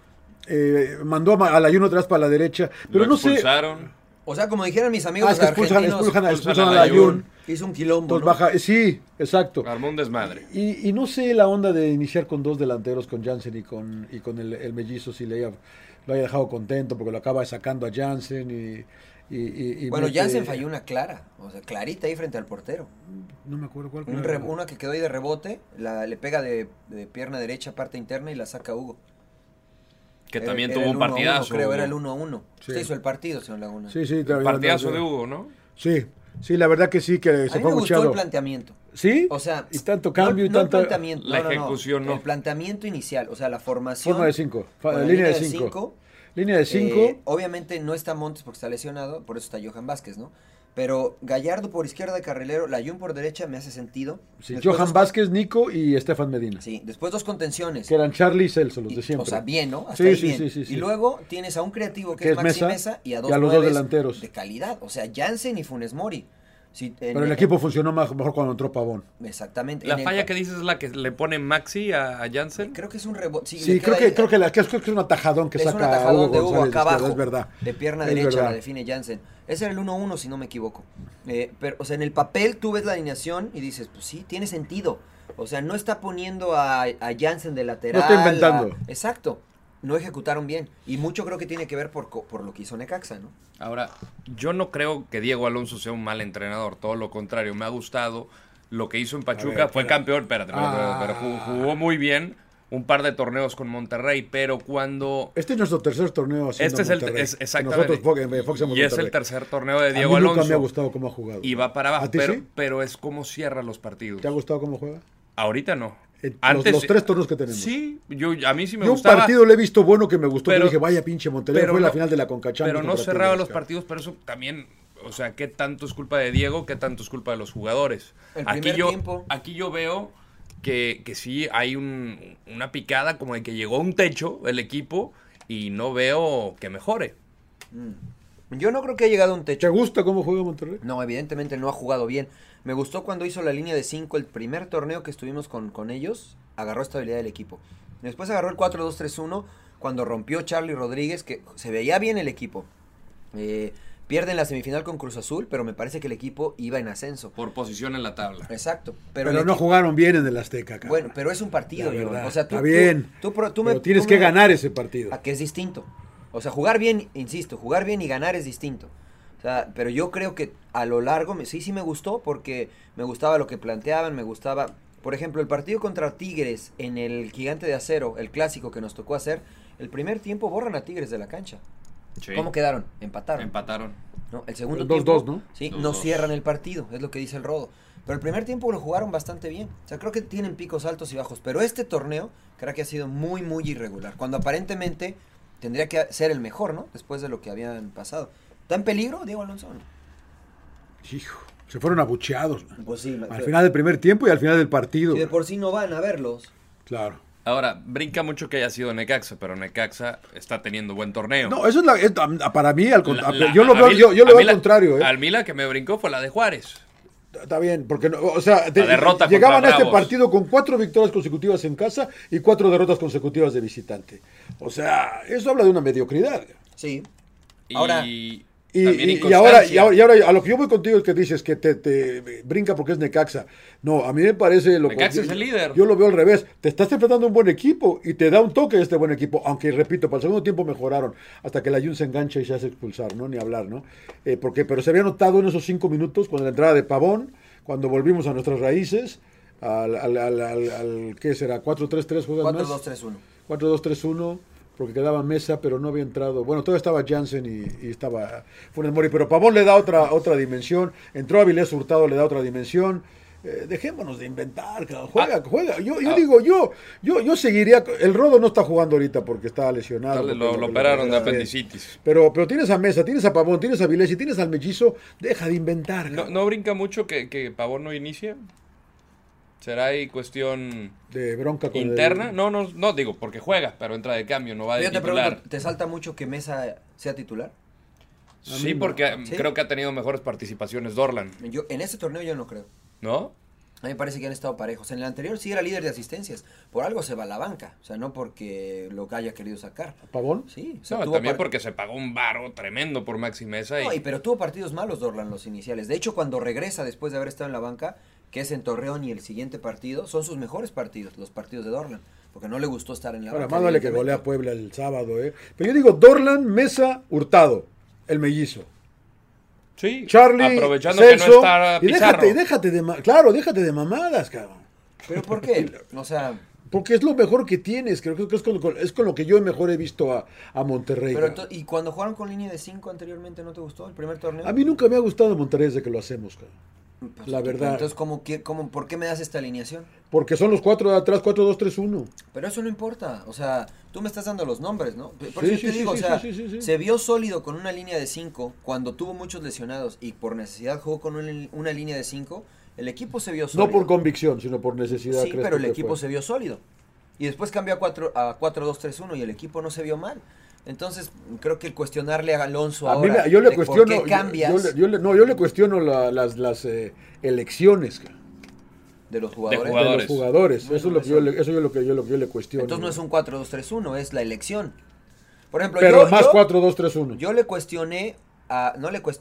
eh, mandó a, Ma- a la Yuna atrás para la derecha, pero lo no sé. expulsaron. O sea, como dijeron mis amigos Ah, es que expulsan, argentinos, expulsan, expulsan expulsan a a la Layún. Yun. hizo un quilombo. Entonces ¿no? baja, eh, sí, exacto. Armó un desmadre. Y, y no sé la onda de iniciar con dos delanteros, con Jansen y con, y con el, el mellizo, si le haya- lo haya dejado contento, porque lo acaba sacando a Jansen y... y, y- y Bueno, mete- Jansen falló una clara. O sea, clarita ahí frente al portero. No me acuerdo cuál. Un fue. re- una que quedó ahí de rebote, la, le pega de, de pierna derecha, parte interna y la saca Hugo. Que Era- también era tuvo el un 1-1, partidazo. Creo, era el Hugo. 1-1. Sí. Usted hizo el partido, señor Laguna. Sí, sí, El también- partidazo no, de no, Hugo, ¿no? Sí, sí, la verdad que sí, que A se fue mí me gustó el abucheado. planteamiento. ¿Sí? O sea, y tanto no- cambio no y el tanta... planteamiento, La no, no, no. ejecución, no. El planteamiento inicial, o sea, la formación. Forma de cinco, fa- con la línea de cinco. cinco, Línea de 5. eh, obviamente no está Montes porque está lesionado, por eso está Johan Vázquez, ¿no? Pero Gallardo por izquierda de carrilero, Layun por derecha me hace sentido. Después Johan dos- Vázquez, Nico y Estefan Medina. Sí, después dos contenciones. Que eran Charlie y Celso, los Y- de siempre. O sea, bien, ¿no? Hasta Sí, ahí sí, bien. sí, sí, sí. Y luego tienes a un creativo que, Que es es Maxi Mesa, Mesa y a dos, y a los dos nueves delanteros. de calidad. O sea, Jansen y Funes Mori. Sí, en- Pero el equipo funcionó más- mejor cuando entró Pavón. Exactamente. La en el falla pa- que dices es la que le pone Maxi a, a Jansen. Creo que es un rebote. Sí, Sí, le creo queda que, ahí- creo que la- creo que es un atajadón que es saca un atajadón Hugo de Hugo González acá izquierda, abajo. es verdad. De pierna Es derecha verdad. la define Jansen. Ese era el 1-1, si no me equivoco. Eh, pero, o sea, en el papel tú ves la alineación y dices, pues sí, tiene sentido. O sea, no está poniendo a, a Jansen de lateral. No está inventando. a- Exacto. No ejecutaron bien. Y mucho creo que tiene que ver por, co- por lo que hizo Necaxa, ¿no? Ahora, yo no creo que Diego Alonso sea un mal entrenador, todo lo contrario, me ha gustado lo que hizo en Pachuca, ver, fue espera. campeón, espérate, espérate, Ah. espérate, jugó, jugó muy bien un par de torneos con Monterrey, pero cuando Este es nuestro tercer torneo haciendo este es el Monterrey. es- exactamente Nosotros Fox- eh, Fox en y es Monterrey. el tercer torneo de a Diego mí Alonso nunca me ha gustado cómo ha jugado. y va para abajo, ¿A ti pero, sí? pero es como cierra los partidos. ¿Te ha gustado cómo juega? Ahorita no. Eh, los- los tres torneos que tenemos. Sí, yo a mí sí me Yo un gustaba. partido le he visto bueno que me gustó, pero, Pero- dije, vaya pinche Monterrey, pero fue la no- final de la Concachamba. Pero no cerraba los partidos, pero eso también, o sea, qué tanto es culpa de Diego, qué tanto es culpa de los jugadores. El aquí primer yo, tiempo. aquí yo veo que, que sí hay un- una picada como de que llegó a un techo el equipo y no veo que mejore. Yo no creo que haya llegado a un ¿Te techo. gusta cómo juega Monterrey? No, evidentemente no ha jugado bien. Me gustó cuando hizo la línea de 5 el primer torneo que estuvimos con, con ellos. Agarró estabilidad del equipo. Después agarró el 4-2-3-1 cuando rompió Charlie Rodríguez, que se veía bien el equipo. Eh, Pierden la semifinal con Cruz Azul, pero me parece que el equipo iba en ascenso. Por posición en la tabla. Exacto. Pero, Pero, el no equipo- jugaron bien en el Azteca. cabrón. Bueno, pero es un partido, La Johan. verdad, O sea, tú, está tú- bien. tú pro- tú me- Pero tienes tú que me- ganar ese partido. A que es distinto. O sea, jugar bien, insisto, jugar bien y ganar es distinto. O sea, pero yo creo que a lo largo me- sí, sí me gustó porque me gustaba lo que planteaban, me gustaba. Por ejemplo, el partido contra Tigres en el Gigante de Acero, el clásico que nos tocó hacer, el primer tiempo borran a Tigres de la cancha. Sí. ¿Cómo quedaron? Empataron. Empataron. ¿no? El segundo Dos, tiempo. dos, ¿no? Sí, Dos, no dos. cierran el partido, es lo que dice el Rodo. Pero el primer tiempo lo jugaron bastante bien. O sea, creo que tienen picos altos y bajos. Pero este torneo creo que ha sido muy, muy irregular. Cuando aparentemente tendría que ser el mejor, ¿no? Después de lo que habían pasado. ¿Está en peligro, Diego Alonso? o no? Hijo, se fueron abucheados. man. Pues sí, Al final del primer tiempo y al final del partido. Si de por sí no van a verlos. Claro. Ahora, brinca mucho que haya sido Necaxa, pero Necaxa está teniendo buen torneo. No, eso es, la, es- a- para mí, al contra- La- la- yo lo a veo, mí- yo, yo lo a veo mí al la- contrario. ¿eh? Al mí la que me brincó fue la de Juárez. Está bien, porque, no- o sea, te- derrota llegaban a contra este Bravos. partido con cuatro victorias consecutivas en casa y cuatro derrotas consecutivas de visitante. O sea, eso habla de una mediocridad. Sí. Y Ahora- también Y, y- y ahora, y, inconstancia. ahora, y ahora, a lo que yo voy contigo es que dices que te, te brinca porque es Necaxa. No, a mí me parece lo Necaxa yo- es el líder. Yo lo veo al revés. Te estás enfrentando a un buen equipo y te da un toque este buen equipo. Aunque, repito, para el segundo tiempo mejoraron hasta que la Jun se engancha y se hace expulsar, ¿no? Ni hablar, ¿no? Eh, porque, pero se había notado en esos cinco minutos cuando la entrada de Pavón, cuando volvimos a nuestras raíces, al, al, al, al- al- ¿qué será? 4-3-3 juegan más. 4-2-3-1. 4-2-3-1, porque quedaba Mesa, pero no había entrado. Bueno, todavía estaba Jansen y, y estaba Funes Mori, pero Pavón le da otra, otra dimensión. Entró Avilés Hurtado, le da otra dimensión. Eh, dejémonos de inventar, cabrón. juega, juega. Yo, yo ah. digo, yo, yo, yo seguiría. El Rodo no está jugando ahorita porque está lesionado. Dale, porque lo, lo operaron de Sí. apendicitis. Pero, pero tienes a Mesa, tienes a Pavón, tienes a Avilés y tienes al Mellizo. Deja de inventar. No, cabrón. no brinca mucho que, que Pavón no inicie? ¿Será ahí cuestión De bronca con el- interna? No, no, no digo porque juega, pero entra de cambio, no va de Yo te titular. pregunto, ¿te salta mucho que Mesa sea titular? Sí, porque Sí. creo que ha tenido mejores participaciones Dorlan, Yo, en este torneo yo no creo. ¿no? A mí me parece que han estado parejos. En el anterior sí era líder de asistencias. Por algo se va a la banca. O sea, no porque lo que haya querido sacar. Pavón. Sí, o sea, No, tuvo también par- porque se pagó un varo tremendo por Maxi Mesa y No, y- pero tuvo partidos malos Dorlan los iniciales. De hecho, cuando regresa después de haber estado en la banca, que es en Torreón y el siguiente partido, son sus mejores partidos, los partidos de Dorlan. Porque no le gustó estar en la Ahora, banca. más vale que evidentemente. golea Puebla el sábado, ¿eh? Pero yo digo Dorlan, Mesa, Hurtado, el mellizo. sí, Charlie, aprovechando Celso, que no está y Pizarro. déjate, y déjate de, ma- claro, déjate de mamadas, cabrón. ¿Pero por qué? O sea, Porque es lo mejor que tienes, creo que es con, con- es con lo que yo mejor he visto a, a Monterrey. pero cabrón. ento- ¿y cuando jugaron con línea de 5 anteriormente no te gustó el primer torneo? A mí nunca me ha gustado Monterrey desde que lo hacemos, cabrón. Pues, la pero verdad. Entonces, ¿cómo, quie- cómo, ¿por qué me das esta alineación? Porque son los cuatro de atrás, cuatro, dos, tres, uno. Pero eso no importa, o sea, tú me estás dando los nombres, ¿no? Por Sí, eso yo sí, te sí, digo, sí, o sea, sí, sí, sí, sí. se vio sólido con una línea de 5 cuando tuvo muchos lesionados y por necesidad jugó con un- una línea de 5, el equipo se vio sólido. No por convicción, sino por necesidad. Sí, crees tú pero el que equipo fue. se vio sólido. Y después cambió a 4 a 4-2-3-1 y el equipo no se vio mal. Entonces, creo que cuestionarle a Alonso A mí ahora me- yo le de por qué cuestiono. yo- cambias yo le- yo le- no, yo le cuestiono la- las, las eh, elecciones cabrón, de los jugadores. jugador. de los jugadores. Bueno, eso es lo que eso- yo le, eso es lo que yo, lo que yo le cuestiono. Entonces no es un 4-2-3-1, es la elección. Por ejemplo, Pero yo- más yo- 4-2-3-1. Yo le cuestioné, a, no le cuest-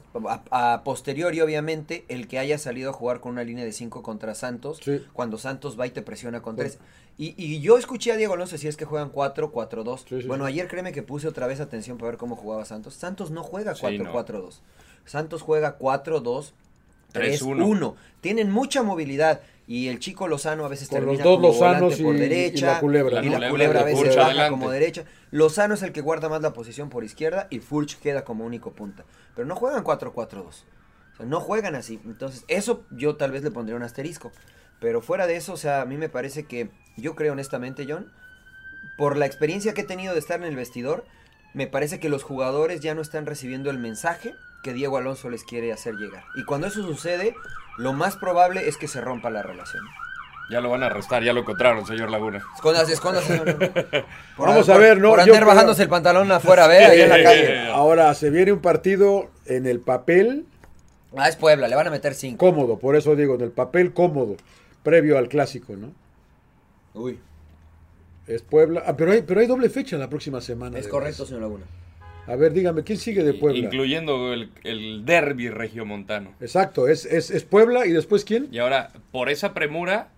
a, a posteriori obviamente, el que haya salido a jugar con una línea de 5 contra Santos, Sí. cuando Santos va y te presiona con Sí. 3. Y, y yo escuché a Diego Alonso si es que juegan 4, 4, 2. Sí, sí, bueno, sí. ayer créeme que puse otra vez atención para ver cómo jugaba Santos. Santos no juega Sí, 4, no. 4, 2. Santos juega 4, 2, 3, 1. 3-1. Tienen mucha movilidad. Y el chico Lozano a veces Con los termina dos como Lozanos volante por y- y derecha. la culebra, Y ¿no? la La culebra a culebra, veces Furch baja adelante. como derecha. Lozano es el que guarda más la posición por izquierda y Furch queda como único punta. Pero no juegan 4-4-2. O sea, no juegan así. Entonces, eso yo tal vez le pondría un asterisco. Pero fuera de eso, o sea, a mí me parece que yo creo honestamente, John, por la experiencia que he tenido de estar en el vestidor, me parece que los jugadores ya no están recibiendo el mensaje que Diego Alonso les quiere hacer llegar. Y cuando eso sucede, lo más probable es que se rompa la relación. Ya lo van a arrestar, ya lo encontraron, señor Laguna. Escóndase, escóndase. no, no, no. Por Vamos andar- a ver, ¿no? Por Yo andar creo- bajándose el pantalón afuera, ve, ahí en la calle. Ahora se viene un partido en el papel Ah, es Puebla, le van a meter cinco. cómodo, por eso digo, en el papel cómodo, previo al clásico, ¿no? Uy, Es Puebla. Ah, pero hay, pero hay doble fecha la próxima semana. es de correcto, veras. señor Laguna. A ver, dígame, ¿quién sigue de Puebla? Incluyendo el, el derby regiomontano. Exacto, es, es, es Puebla y después quién? Y ahora, por esa premura,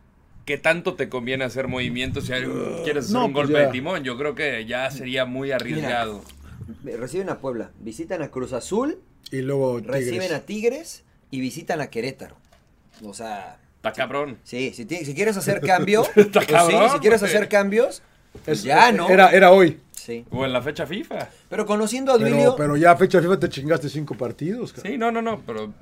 ¿qué tanto te conviene hacer movimientos si hay- quieres hacer no, un pues golpe ya. de timón? Yo creo que ya sería muy arriesgado. Reciben a Puebla, visitan a Cruz Azul, Y luego Tigres. reciben a Tigres y visitan a Querétaro. O sea, Está cabrón. sí, si, ti- si quieres hacer cambio, pues Está sí, cabrón, si quieres güey. hacer cambios, pues Es- ya no. Era, era hoy. Sí. O en la fecha FIFA. Pero conociendo a Pero, Duilio, pero ya a fecha FIFA te chingaste cinco partidos. cabrón. Sí, no, no, no, pero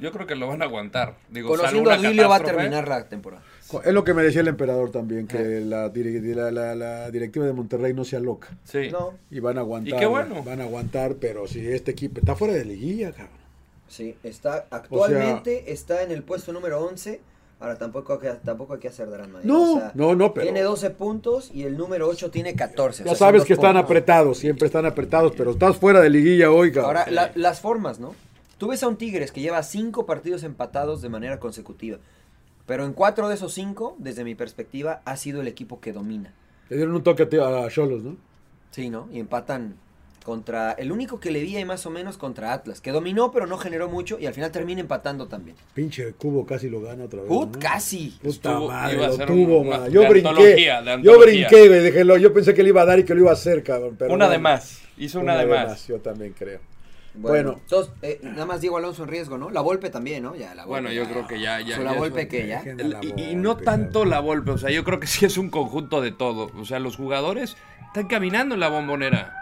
yo creo que lo van a aguantar. Digo, salvo conociendo a una Duilio va a catástrofe, terminar la temporada. Es lo que me decía el emperador también, Ah. que la, diri- la- la- la directiva de Monterrey no sea loca. Sí. No, Y van a aguantar. qué bueno. Van a aguantar, pero si este equipo está fuera de liguilla, cabrón. sí, está actualmente está en el puesto número 11. Ahora tampoco hay que, tampoco hay que hacer drama. ¿eh? No, O sea, no, no, pero- Tiene 12 puntos y el número 8 tiene 14. o Ya sea, son sabes dos que están puntos. apretados, siempre están apretados, pero estás fuera de liguilla hoy, cabrón. Ahora, la- las formas, ¿no? Tú ves a un Tigres que lleva cinco partidos empatados de manera consecutiva. Pero en cuatro de esos cinco, desde mi perspectiva, ha sido el equipo que domina. Le dieron un toque a Cholos, ¿no? Sí, ¿no? Y empatan contra. El único que le vi ahí más o menos contra Atlas, que dominó pero no generó mucho y al final termina empatando también. Pinche cubo casi lo gana otra vez. ¡Ut! ¿no? Casi. Puta Estuvo- madre, iba a lo ser tuvo, una- ma. de Yo brinqué. antología, de Yo antología. brinqué, güey. dejé lo- Yo pensé que le iba a dar y que lo iba a hacer, cabrón. Pero Una no. de más. Hizo una, de más. Yo también creo. Bueno. Bueno. Entonces, eh, nada más Diego Alonso en riesgo, ¿no? La golpe también, ¿no? Ya, la Volpe, Bueno, yo creo que ya- ya- O sea, la ya golpe es un- que ya. Dejen a El- la y, y Volpe, no tanto cabrón. la Volpe, o sea, yo creo que sí es un conjunto de todo. O sea, los jugadores están caminando en la bombonera.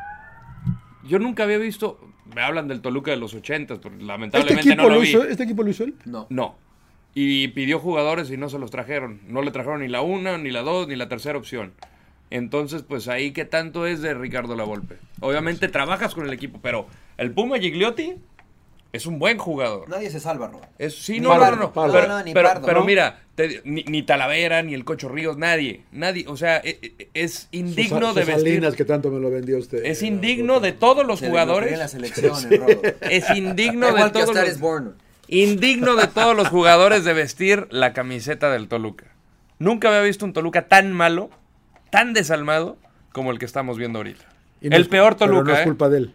Yo nunca había visto, me hablan del Toluca de los 80, pero Este lamentablemente equipo, no lo lo vi. hizo, este equipo lo hizo él. No. No. Y pidió jugadores y no se los trajeron. No le trajeron ni la una, ni la dos, ni la tercera opción. Entonces, pues ahí qué tanto es de Ricardo La Volpe. Obviamente trabajas con el equipo, pero el Puma Gigliotti es un buen jugador. Nadie se salva, Rob. Es- sí, Ni no, Pardo, no, no, Pardo. Pero, No, no, ni pero- Pardo, pero ¿no? mira, te- ni, ni Talavera, ni el Cocho Ríos, nadie. Nadie, o sea, e- e- es, indigno Sus- de sus vestir. Salinas que tanto me lo vendió usted. Es indigno de todos los Se le bloqueó en la jugadores. selección, el Rodo. Es indigno de Igual que a todos Star los- is Born. indigno de todos los jugadores de vestir la camiseta del Toluca. Nunca había visto un Toluca tan malo, tan desalmado, como el que estamos viendo ahorita. Y no el es- peor pero Toluca, no es ¿eh? culpa de él.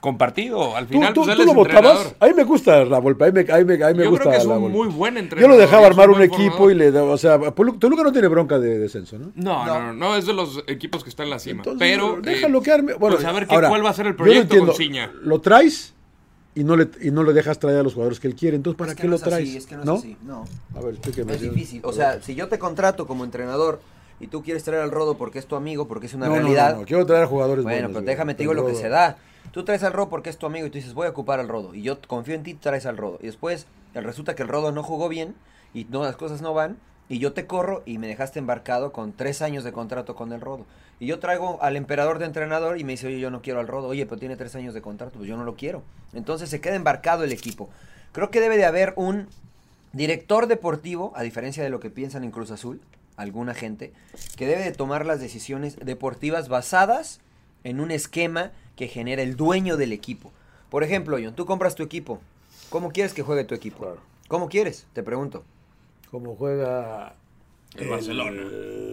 compartido. Al ¿Tú, final, tú, pues, él tú es lo votabas? entrenador. A mí me gusta la Volpe. A mí me, a mí me- a mí me Yo gusta creo que es la un Volpe. muy buen Yo entrenador. lo dejaba es armar un buen equipo formador. y le daba. O sea, Polu- Toluca no tiene bronca de descenso, ¿no? No, no, no, no, es de los equipos que están en la cima. Entonces, pero. déjalo eh, que arme. Bueno, pues a ver qué- ahora, cuál va a ser el yo proyecto no entiendo, con Ciña. Lo traes y no, le, y no le dejas traer a los jugadores que él quiere. Entonces, ¿para Es que qué no lo es así, traes? es que no, ¿No? es así. No, A ver, explíqueme. es difícil. O sea, si yo te contrato como entrenador y tú quieres traer al Rodo porque es tu amigo, porque es una No, no, realidad. no, no, quiero traer a jugadores bueno, buenos, pero güey. déjame te digo lo que Pero- se da. Tú traes al Rodo porque es tu amigo y tú dices, voy a ocupar al Rodo. Y yo confío en ti, traes al Rodo. Y después el- resulta que el Rodo no jugó bien y no, las cosas no van. Y yo te corro y me dejaste embarcado con tres años de contrato con el Rodo. Y yo traigo al emperador de entrenador y me dice, oye, yo no quiero al Rodo. Oye, pero tiene tres años de contrato, pues yo no lo quiero. Entonces se queda embarcado el equipo. Creo que debe de haber un director deportivo, a diferencia de lo que piensan en Cruz Azul, alguna gente, que debe de tomar las decisiones deportivas basadas en un esquema que genera el dueño del equipo. Por ejemplo, John, tú compras tu equipo. ¿Cómo quieres que juegue tu equipo? Claro. ¿Cómo quieres? Te pregunto. Como juega. El Barcelona.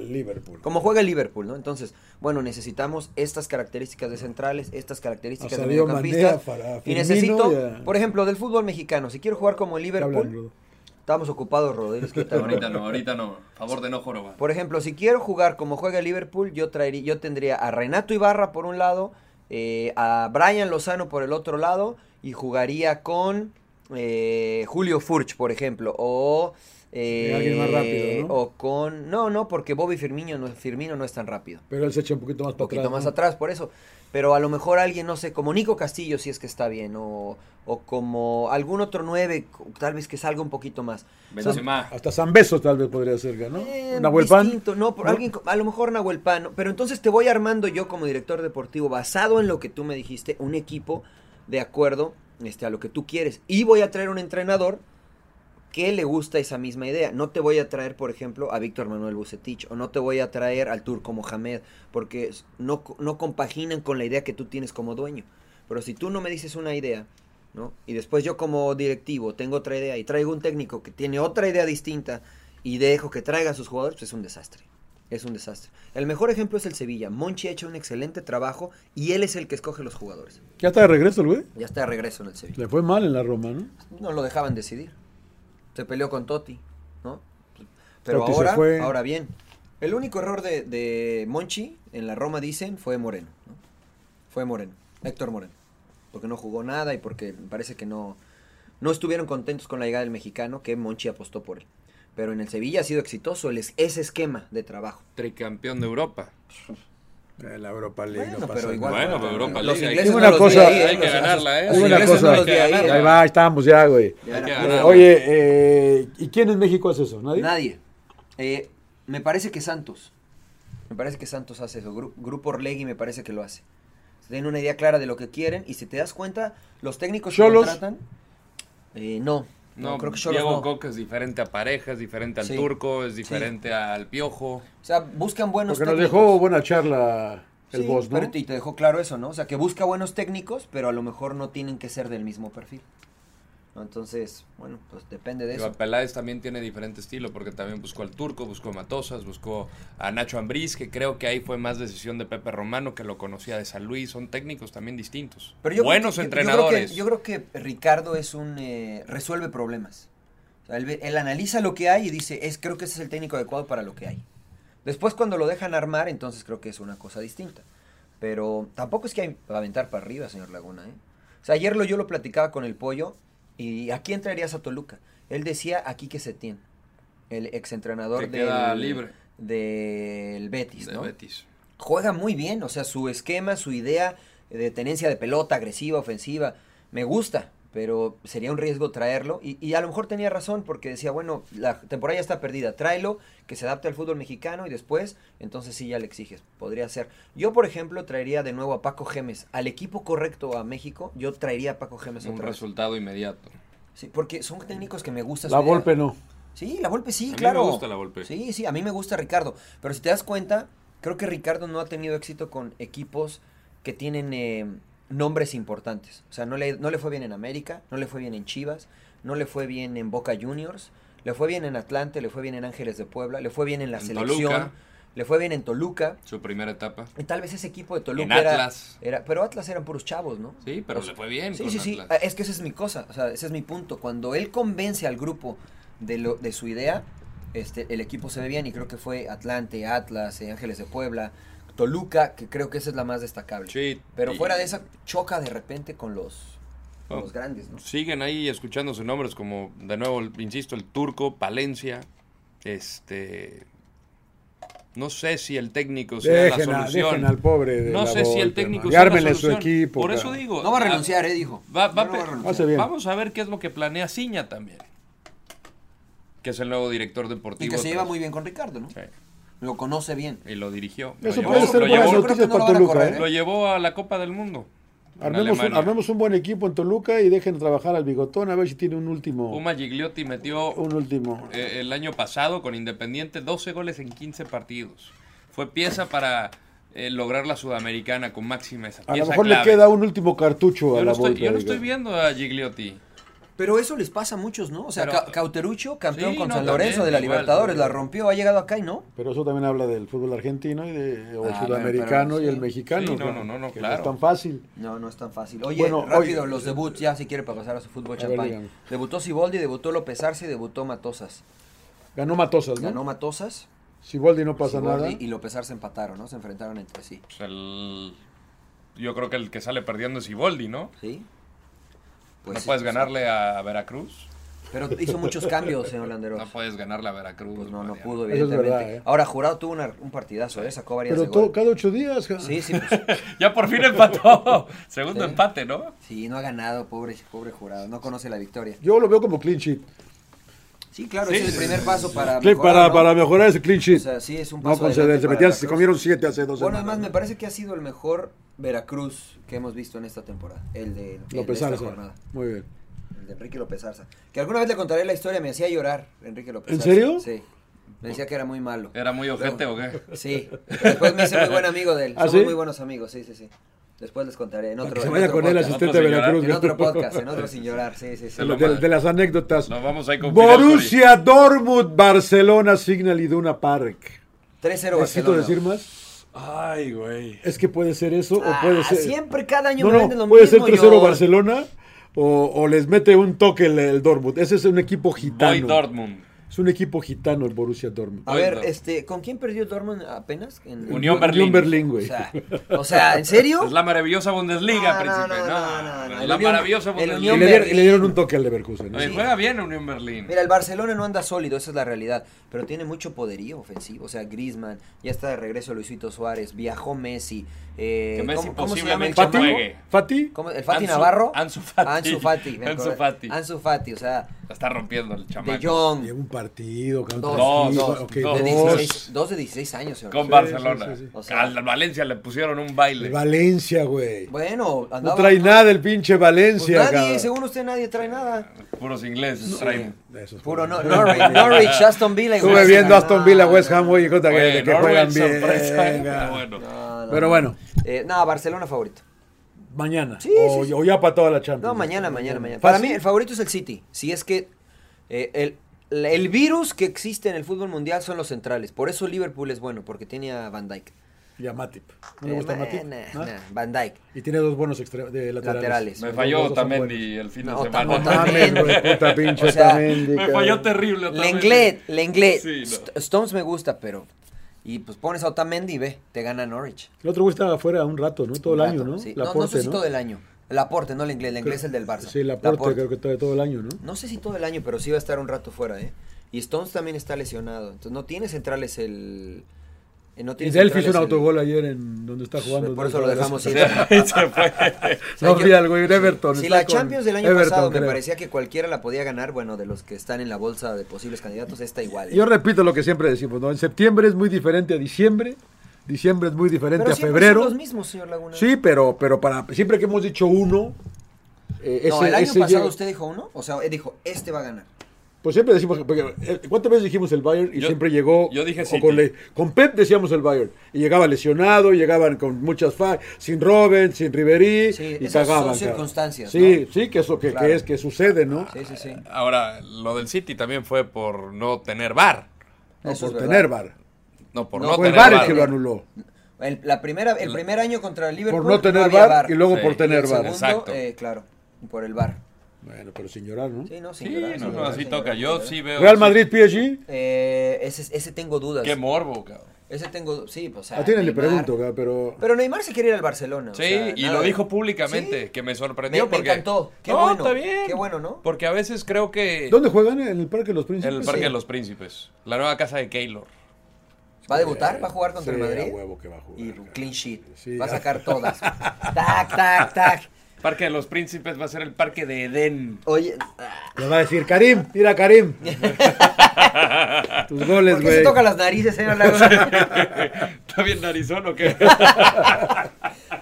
Liverpool. ¿Cómo juega el Liverpool, no? Entonces, bueno, necesitamos estas características de centrales, estas características A de Sadio Mané, mediocampistas. a Fara- a Y Firmino necesito, y a- por ejemplo, del fútbol mexicano. Si quiero jugar como el ¿Qué hablan, Liverpool, Rodo? estamos ocupados, Rodríguez. que ahorita no. Ahorita no, ahorita no. Favor de no jorobar. Por ejemplo, si quiero jugar como juega el Liverpool, yo traería, yo tendría a Renato Ibarra por un lado, eh, a Brian Lozano por el otro lado, y jugaría con eh, Julio Furch, por ejemplo, o eh, Alguien más rápido, ¿no? o con no, no, porque Bobby Firmino no, Firmino no es tan rápido, Pero él se echa un poquito más un para poquito atrás. más ¿no? atrás, por eso. Pero a lo mejor alguien, no sé, como Nico Castillo, si es que está bien, o, o como algún otro nueve, tal vez que salga un poquito más. Benzema. Hasta San Beso tal vez podría ser, ¿no? Eh, Nahuel Pan. distinto, no, por ¿No? alguien co- a lo mejor Nahuel Pan, ¿no? pero entonces te voy armando yo como director deportivo, basado en lo que tú me dijiste, un equipo de acuerdo este, a lo que tú quieres. Y voy a traer un entrenador que le gusta esa misma idea. No te voy a traer, por ejemplo, a Víctor Manuel Bucetich, o no te voy a traer al Turco Mohamed, porque s- no, co- no compaginan con la idea que tú tienes como dueño. Pero si tú no me dices una idea, ¿no? Y después yo como directivo tengo otra idea y traigo un técnico que tiene otra idea distinta y dejo que traiga a sus jugadores, pues es un desastre. Es un desastre. El mejor ejemplo es el Sevilla. Monchi ha hecho un excelente trabajo y él es el que escoge los jugadores. Ya está de regreso el güey. Ya está de regreso en el Sevilla. Le fue mal en la Roma, ¿no? No lo dejaban decidir. Se peleó con Totti, ¿no? Pero Totti se ahora, fue. ahora bien. El único error de, de Monchi en la Roma, dicen, fue Moreno. ¿no? Fue Moreno, Héctor Moreno. Porque no jugó nada y porque me parece que no, no estuvieron contentos con la llegada del mexicano, que Monchi apostó por él. Pero en el Sevilla ha sido exitoso el es- ese esquema de trabajo. Tricampeón de Europa. Eh, La Europa League. Bueno, pero igual. Bueno, pero Europa los League, hay ingleses que- no Una los cosa- vi ahí, hay que los- ganarla, ¿eh? los Una ingleses cosa- no los vi ahí, Hay que ¿no? Ahí va, estamos ya, güey. Ya Hay que era- Eh, ganar. oye, eh, ¿y quién en México hace eso? ¿Nadie? Nadie. Eh, me parece que Santos. Me parece que Santos hace eso. Gru- Grupo Orlegui me parece que lo hace. Tienen una idea clara de lo que quieren y si te das cuenta, los técnicos que ¿Cholos? contratan. eh, no, no, No, creo que Cholos Diego no. Coca es diferente a Pareja, es diferente al Sí. Turco, es diferente al Piojo. O sea, buscan buenos Porque nos técnicos. dejó buena charla el Sí, boss, ¿no? pero- y te dejó claro eso, ¿no? O sea, que busca buenos técnicos, pero a lo mejor no tienen que ser del mismo perfil. ¿no? Entonces, bueno, pues depende de Digo, eso. Peláez también tiene diferente estilo porque también buscó al Turco, buscó a Matosas, buscó a Nacho Ambriz, que creo que ahí fue más decisión de Pepe Romano que lo conocía de San Luis. Son técnicos también distintos. Pero yo Buenos yo- yo creo que- entrenadores. Yo creo, que, Ricardo es un eh, resuelve problemas. O sea, él, ve- él analiza lo que hay y dice, es creo que ese es el técnico adecuado para lo que hay. Después cuando lo dejan armar, entonces creo que es una cosa distinta. Pero tampoco es que hay que aventar para arriba, señor Laguna. ¿eh? O sea, ayer lo, yo lo platicaba con el pollo y ¿a quién traerías a Toluca? Él decía aquí que se tiene, el exentrenador Que del, queda libre. del Betis, de ¿no? Betis. juega muy bien, o sea, su esquema, su idea de tenencia de pelota, agresiva, ofensiva, me gusta, pero sería un riesgo traerlo. Y, y a lo mejor tenía razón porque decía, bueno, la temporada ya está perdida, tráelo, que se adapte al fútbol mexicano y después, entonces sí ya le exiges, podría ser. Yo, por ejemplo, traería de nuevo a Paco Gemes, al equipo correcto a México, yo traería a Paco Gemes Un otra vez. resultado inmediato. Sí, porque son técnicos que me gusta su La idea. golpe no. Sí, la Volpe sí, A mí me claro. gusta la Volpe. Sí, sí, a mí me gusta Ricardo. Pero si te das cuenta, creo que Ricardo no ha tenido éxito con equipos que tienen eh, nombres importantes. O sea, no le, no le fue bien en América, no le fue bien en Chivas, no le fue bien en Boca Juniors, le fue bien en Atlante, le fue bien en Ángeles de Puebla, le fue bien en la En selección, Toluca. le fue bien en Toluca. Su primera etapa. Y tal vez ese equipo de Toluca En era, Atlas. era- Pero Atlas eran puros chavos, ¿no? Sí, pero O sea, le fue bien. Pues, Sí, con sí, sí. Atlas. Ah, Es que esa es mi cosa. O sea, ese es mi punto. Cuando él convence al grupo de, lo, de su idea, este, el equipo se ve bien. Y creo que fue Atlante, Atlas, eh, Ángeles de Puebla, Toluca, que creo que esa es la más destacable. Sí, Pero y- fuera de esa, choca de repente con los, con Oh. los grandes, ¿no? Siguen ahí escuchando sus nombres, como de nuevo, el- insisto, el turco, Palencia. Este. No sé si el técnico sea Dejen, la a- solución. dejen al pobre de no Eh, la sé si el Volpe, técnico man. Y sea la ármenle su solución. equipo, Por eso cara. digo. No va a renunciar, eh, dijo. Oh, va- va- No, no va a pe- Hace renunciar. bien. Vamos a ver qué es lo que planea Ciña también. Que es el nuevo director deportivo. Y que se lleva tras- muy bien con Ricardo, ¿no? Sí, Lo conoce bien. Y lo dirigió. Lo Eso llevó, puede ser lo buena llevó- Yo creo que noticia no lo para van a Toluca, correr, ¿eh? lo llevó a la Copa del Mundo. en Armemos un, Alemania. armemos un buen equipo en Toluca y dejen trabajar al bigotón a ver si tiene un último. Puma Gigliotti metió Un último. eh, el año pasado con Independiente 12 goles en 15 partidos. Fue pieza para eh, lograr la Sudamericana con máxima esa a lo pieza mejor le clave. queda un último cartucho a Yo no, la estoy, Volpe, yo no digo. estoy viendo a Gigliotti. Pero eso les pasa a muchos, ¿no? O sea, Pero- Ca- Cauterucho, campeón Sí, con no, San Lorenzo también, de la igual, Libertadores, pero- la rompió, ha llegado acá y no. Pero eso también habla del fútbol argentino y de, o Ah, bueno, sudamericano y pero sí. el mexicano. Sí, no, cara, no, no, no, que claro. es tan fácil. No, no es tan fácil. Oye, Bueno, rápido, oye. los debuts, ya si quiere para pasar a su fútbol A ver, dígame. champagne. Debutó Siboldi, debutó López Arce, debutó Matosas. Ganó Matosas, Ganó ¿no? Matosas, Siboldi no pasa Siboldi nada. y López Arce empataron, ¿no? Se enfrentaron entre sí. Pues el- yo creo que el que sale perdiendo es Iboldi, ¿no? ¿Sí? no Pues sí, puedes sí. ganarle a Veracruz. Pero hizo muchos cambios, señor Landeros. No puedes ganarle a Veracruz. Pues no, no Mariano. pudo, Eso es evidentemente. verdad, ¿eh? Ahora, Jurado tuvo una- un partidazo, ¿eh? Sacó varias de Pero gol. todo, cada ocho días. cara. Sí, sí, pues, Ya por fin empató. Segundo Sí. empate, ¿no? sí, no ha ganado, pobre, pobre Jurado. No conoce la victoria. Yo lo veo como clean sheet. Sí, claro, Sí, ese es el sí, primer paso para Clip mejorar, para, ¿no? para mejorar ese clean sheet. O sea, sí, es un no paso conceder. adelante Se, para metían, se Veracruz. comieron siete hace dos Bueno, semanas. además me parece que ha sido el mejor Veracruz que hemos visto en esta temporada. El de, el de López esta Arce. jornada. Muy bien. El de Enrique López Arza. Que alguna vez le contaré la historia, me hacía llorar Enrique López ¿En Arza. serio? Sí. Me decía que era muy malo. ¿Era muy ojete o qué? Sí. Pero Después me hice muy buen amigo de él. ¿Ah, Somos sí? muy buenos amigos, sí, sí, sí. Después les contaré en Para otro, que se en vaya otro con él podcast. asistente de Otro señor, Veracruz. En otro podcast, en otro sin llorar, sí, sí, sí. Se lo- de, de las anécdotas. Nos vamos ahí con Fidel Curi. Borussia Dortmund, Barcelona, Signal y Duna Park. 3-0 Necesito Barcelona. decir más. Ay, güey. Es que puede ser eso o Ah, puede ser. Siempre cada año No, me venden no, lo puede ser mismo. 3-0 yo- Barcelona o, o les mete un toque el, el Dortmund. Ese es un equipo Voy gitano. Dortmund. Es un equipo gitano el Borussia Dortmund. A Voy ver, Dortmund. este, ¿con quién perdió Dortmund apenas? En- Unión Berlín. O güey. sea, o sea, ¿en serio? Es la maravillosa Bundesliga, No, no, príncipe. no, no, no, no. El La Unión- maravillosa el Bundesliga. y, Unión le dieron, Berlín. y le dieron un toque al Leverkusen. ¿no? Oye, Juega bien Unión Berlín. Mira, el Barcelona no anda sólido, esa es la realidad, pero tiene mucho poderío ofensivo. O sea, Griezmann, ya está de regreso Luisito Suárez, viajó Messi. eh, Que Messi ¿cómo, cómo se llama el posiblemente Fati, chamaco? juegue. Fati, ¿Cómo? ¿El Fati Ansu- Navarro? Ah, Ansu Fati. Ansu Fati. me Ansu acordé. Fati. Ansu Fati, o sea, La está rompiendo el de chamaco. Jong. lleva un partido. cabrón, Dos, Dos, tranquilo, dos, ok, dos. De dos. 16, dos de 16 años, señor. Con Sí, Barcelona. sí, sí, sí. O sea- Al Valencia le pusieron un baile. El Valencia, güey. Bueno, andaba. No trae nada el pinche Pues Valencia, nadie, cabrón. según usted, nadie trae nada. Puros ingleses. traen. Eso es Puro no, correcto. Norwich, Norwich, Aston Villa. y Estuve West viendo Ham. Aston Villa, No, West no, Ham, güey, contra Oye, que, que Norwich, juegan bien. sorpresa, eh, venga. pero bueno. no, no, Pero no. bueno. Eh, no, Barcelona favorito. Mañana. Sí, o, sí, sí. o ya para toda la Champions. No, mañana, mañana, mañana. Fácil. Para mí el favorito es el City. Si es que eh, el, la- el virus que existe en el fútbol mundial son los centrales. Por eso Liverpool es bueno, porque tiene a Van Dijk. Y a Matip. ¿No le Eh, gusta nah, Matip? nah, ¿No? nah, Van Dijk. Y tiene dos buenos extre- de laterales. Laterales. Me Los falló dos son Otamendi el fin de No, semana. buenos. Mames, güey, puta pinche O sea, Otamendi, Me falló cabrón. terrible Otamendi. Lenglet, Lenglet. Sí, no. St- Stones me gusta, pero... Y pues pones a Otamendi y ve, te gana Norwich. El otro güey estaba afuera un rato, ¿no? Todo Un el año, rato, ¿no? sí. No, no Laporte, sé si todo el año. Laporte, no el inglés. El inglés es el del Barça. Sí, Laporte, creo que todo, todo el año, ¿no? No sé si todo el año, pero sí va a estar un rato fuera, ¿eh? Y Stones también está lesionado. Entonces no tiene centrales el... eh, No Y tiene Delphi hizo un centrales el- autogol ayer en donde está jugando. Por eso lo dejamos ir. Y se fue. No, O sea, yo- vi algo, y de Everton. Si está la con Champions del año Everton, pasado me creo. parecía que cualquiera la podía ganar, bueno, de los que están en la bolsa de posibles candidatos, esta igual. ¿eh? Yo repito lo que siempre decimos, ¿no? En septiembre es muy diferente a diciembre, diciembre es muy diferente Pero a siempre febrero. son los mismos, señor Laguna. Sí, pero, pero para siempre que hemos dicho uno, eh, no, ese- el año ese pasado llega- usted dijo uno, o sea, él dijo, este va a ganar. Pues siempre decimos, que- porque, eh, ¿cuántas veces dijimos el Bayern y Yo- siempre llegó? yo dije o City. con, le- con Pep decíamos el Bayern y llegaba lesionado, y llegaban con muchas fallas, sin Robben, sin Ribery Sí, y esas son cagaban. cabrón. circunstancias, Sí, ¿no? sí, que eso que, Claro. que es que sucede, ¿no? Sí, sí, sí. Ahora, lo del City también fue por no tener bar. No, Eso por es pues, pues, verdad. tener VAR. No, por No, no, Fue el tener VAR bar. el que lo anuló. El, la primera, el primer año contra el Liverpool Por no tener había VAR, y luego Sí. por tener el VAR. segundo, Exacto. eh, claro, por el bar. Bueno, pero sin llorar, ¿no? Sí, no, sin Sí, llorar, no, sin no, llorar, así sin toca. llorar, Yo sin sí llorar. veo. Real Madrid PSG. Eh, ese, ese tengo dudas. Qué morbo, cabrón. Ese tengo, sí, pues. A ti no Ah, le Neymar. pregunto, cabrón, pero Pero Neymar se quiere ir al Barcelona. o Sí, sea, y nada. eh. lo dijo públicamente, Sí. que me sorprendió Me- me porque... encantó. Qué no, bueno. está bien. Qué bueno, ¿no? Porque a veces creo que... ¿Dónde juegan? En el Parque de los Príncipes. En el Parque Sí. de los Príncipes. La nueva casa de Keylor. ¿Va a debutar? ¿Va a jugar contra Sí, el Madrid? a huevo que va a jugar, Y cabrón. clean sheet. Sí. Va a sacar todas. tac, tac, tac. Parque de los Príncipes va a ser el Parque de Edén. Oye, ah, Le va a decir, Karim, mira Karim. Tus ¿por goles, qué se güey. toca las narices, ¿eh? señor Laguna? ¿Está bien narizón o qué?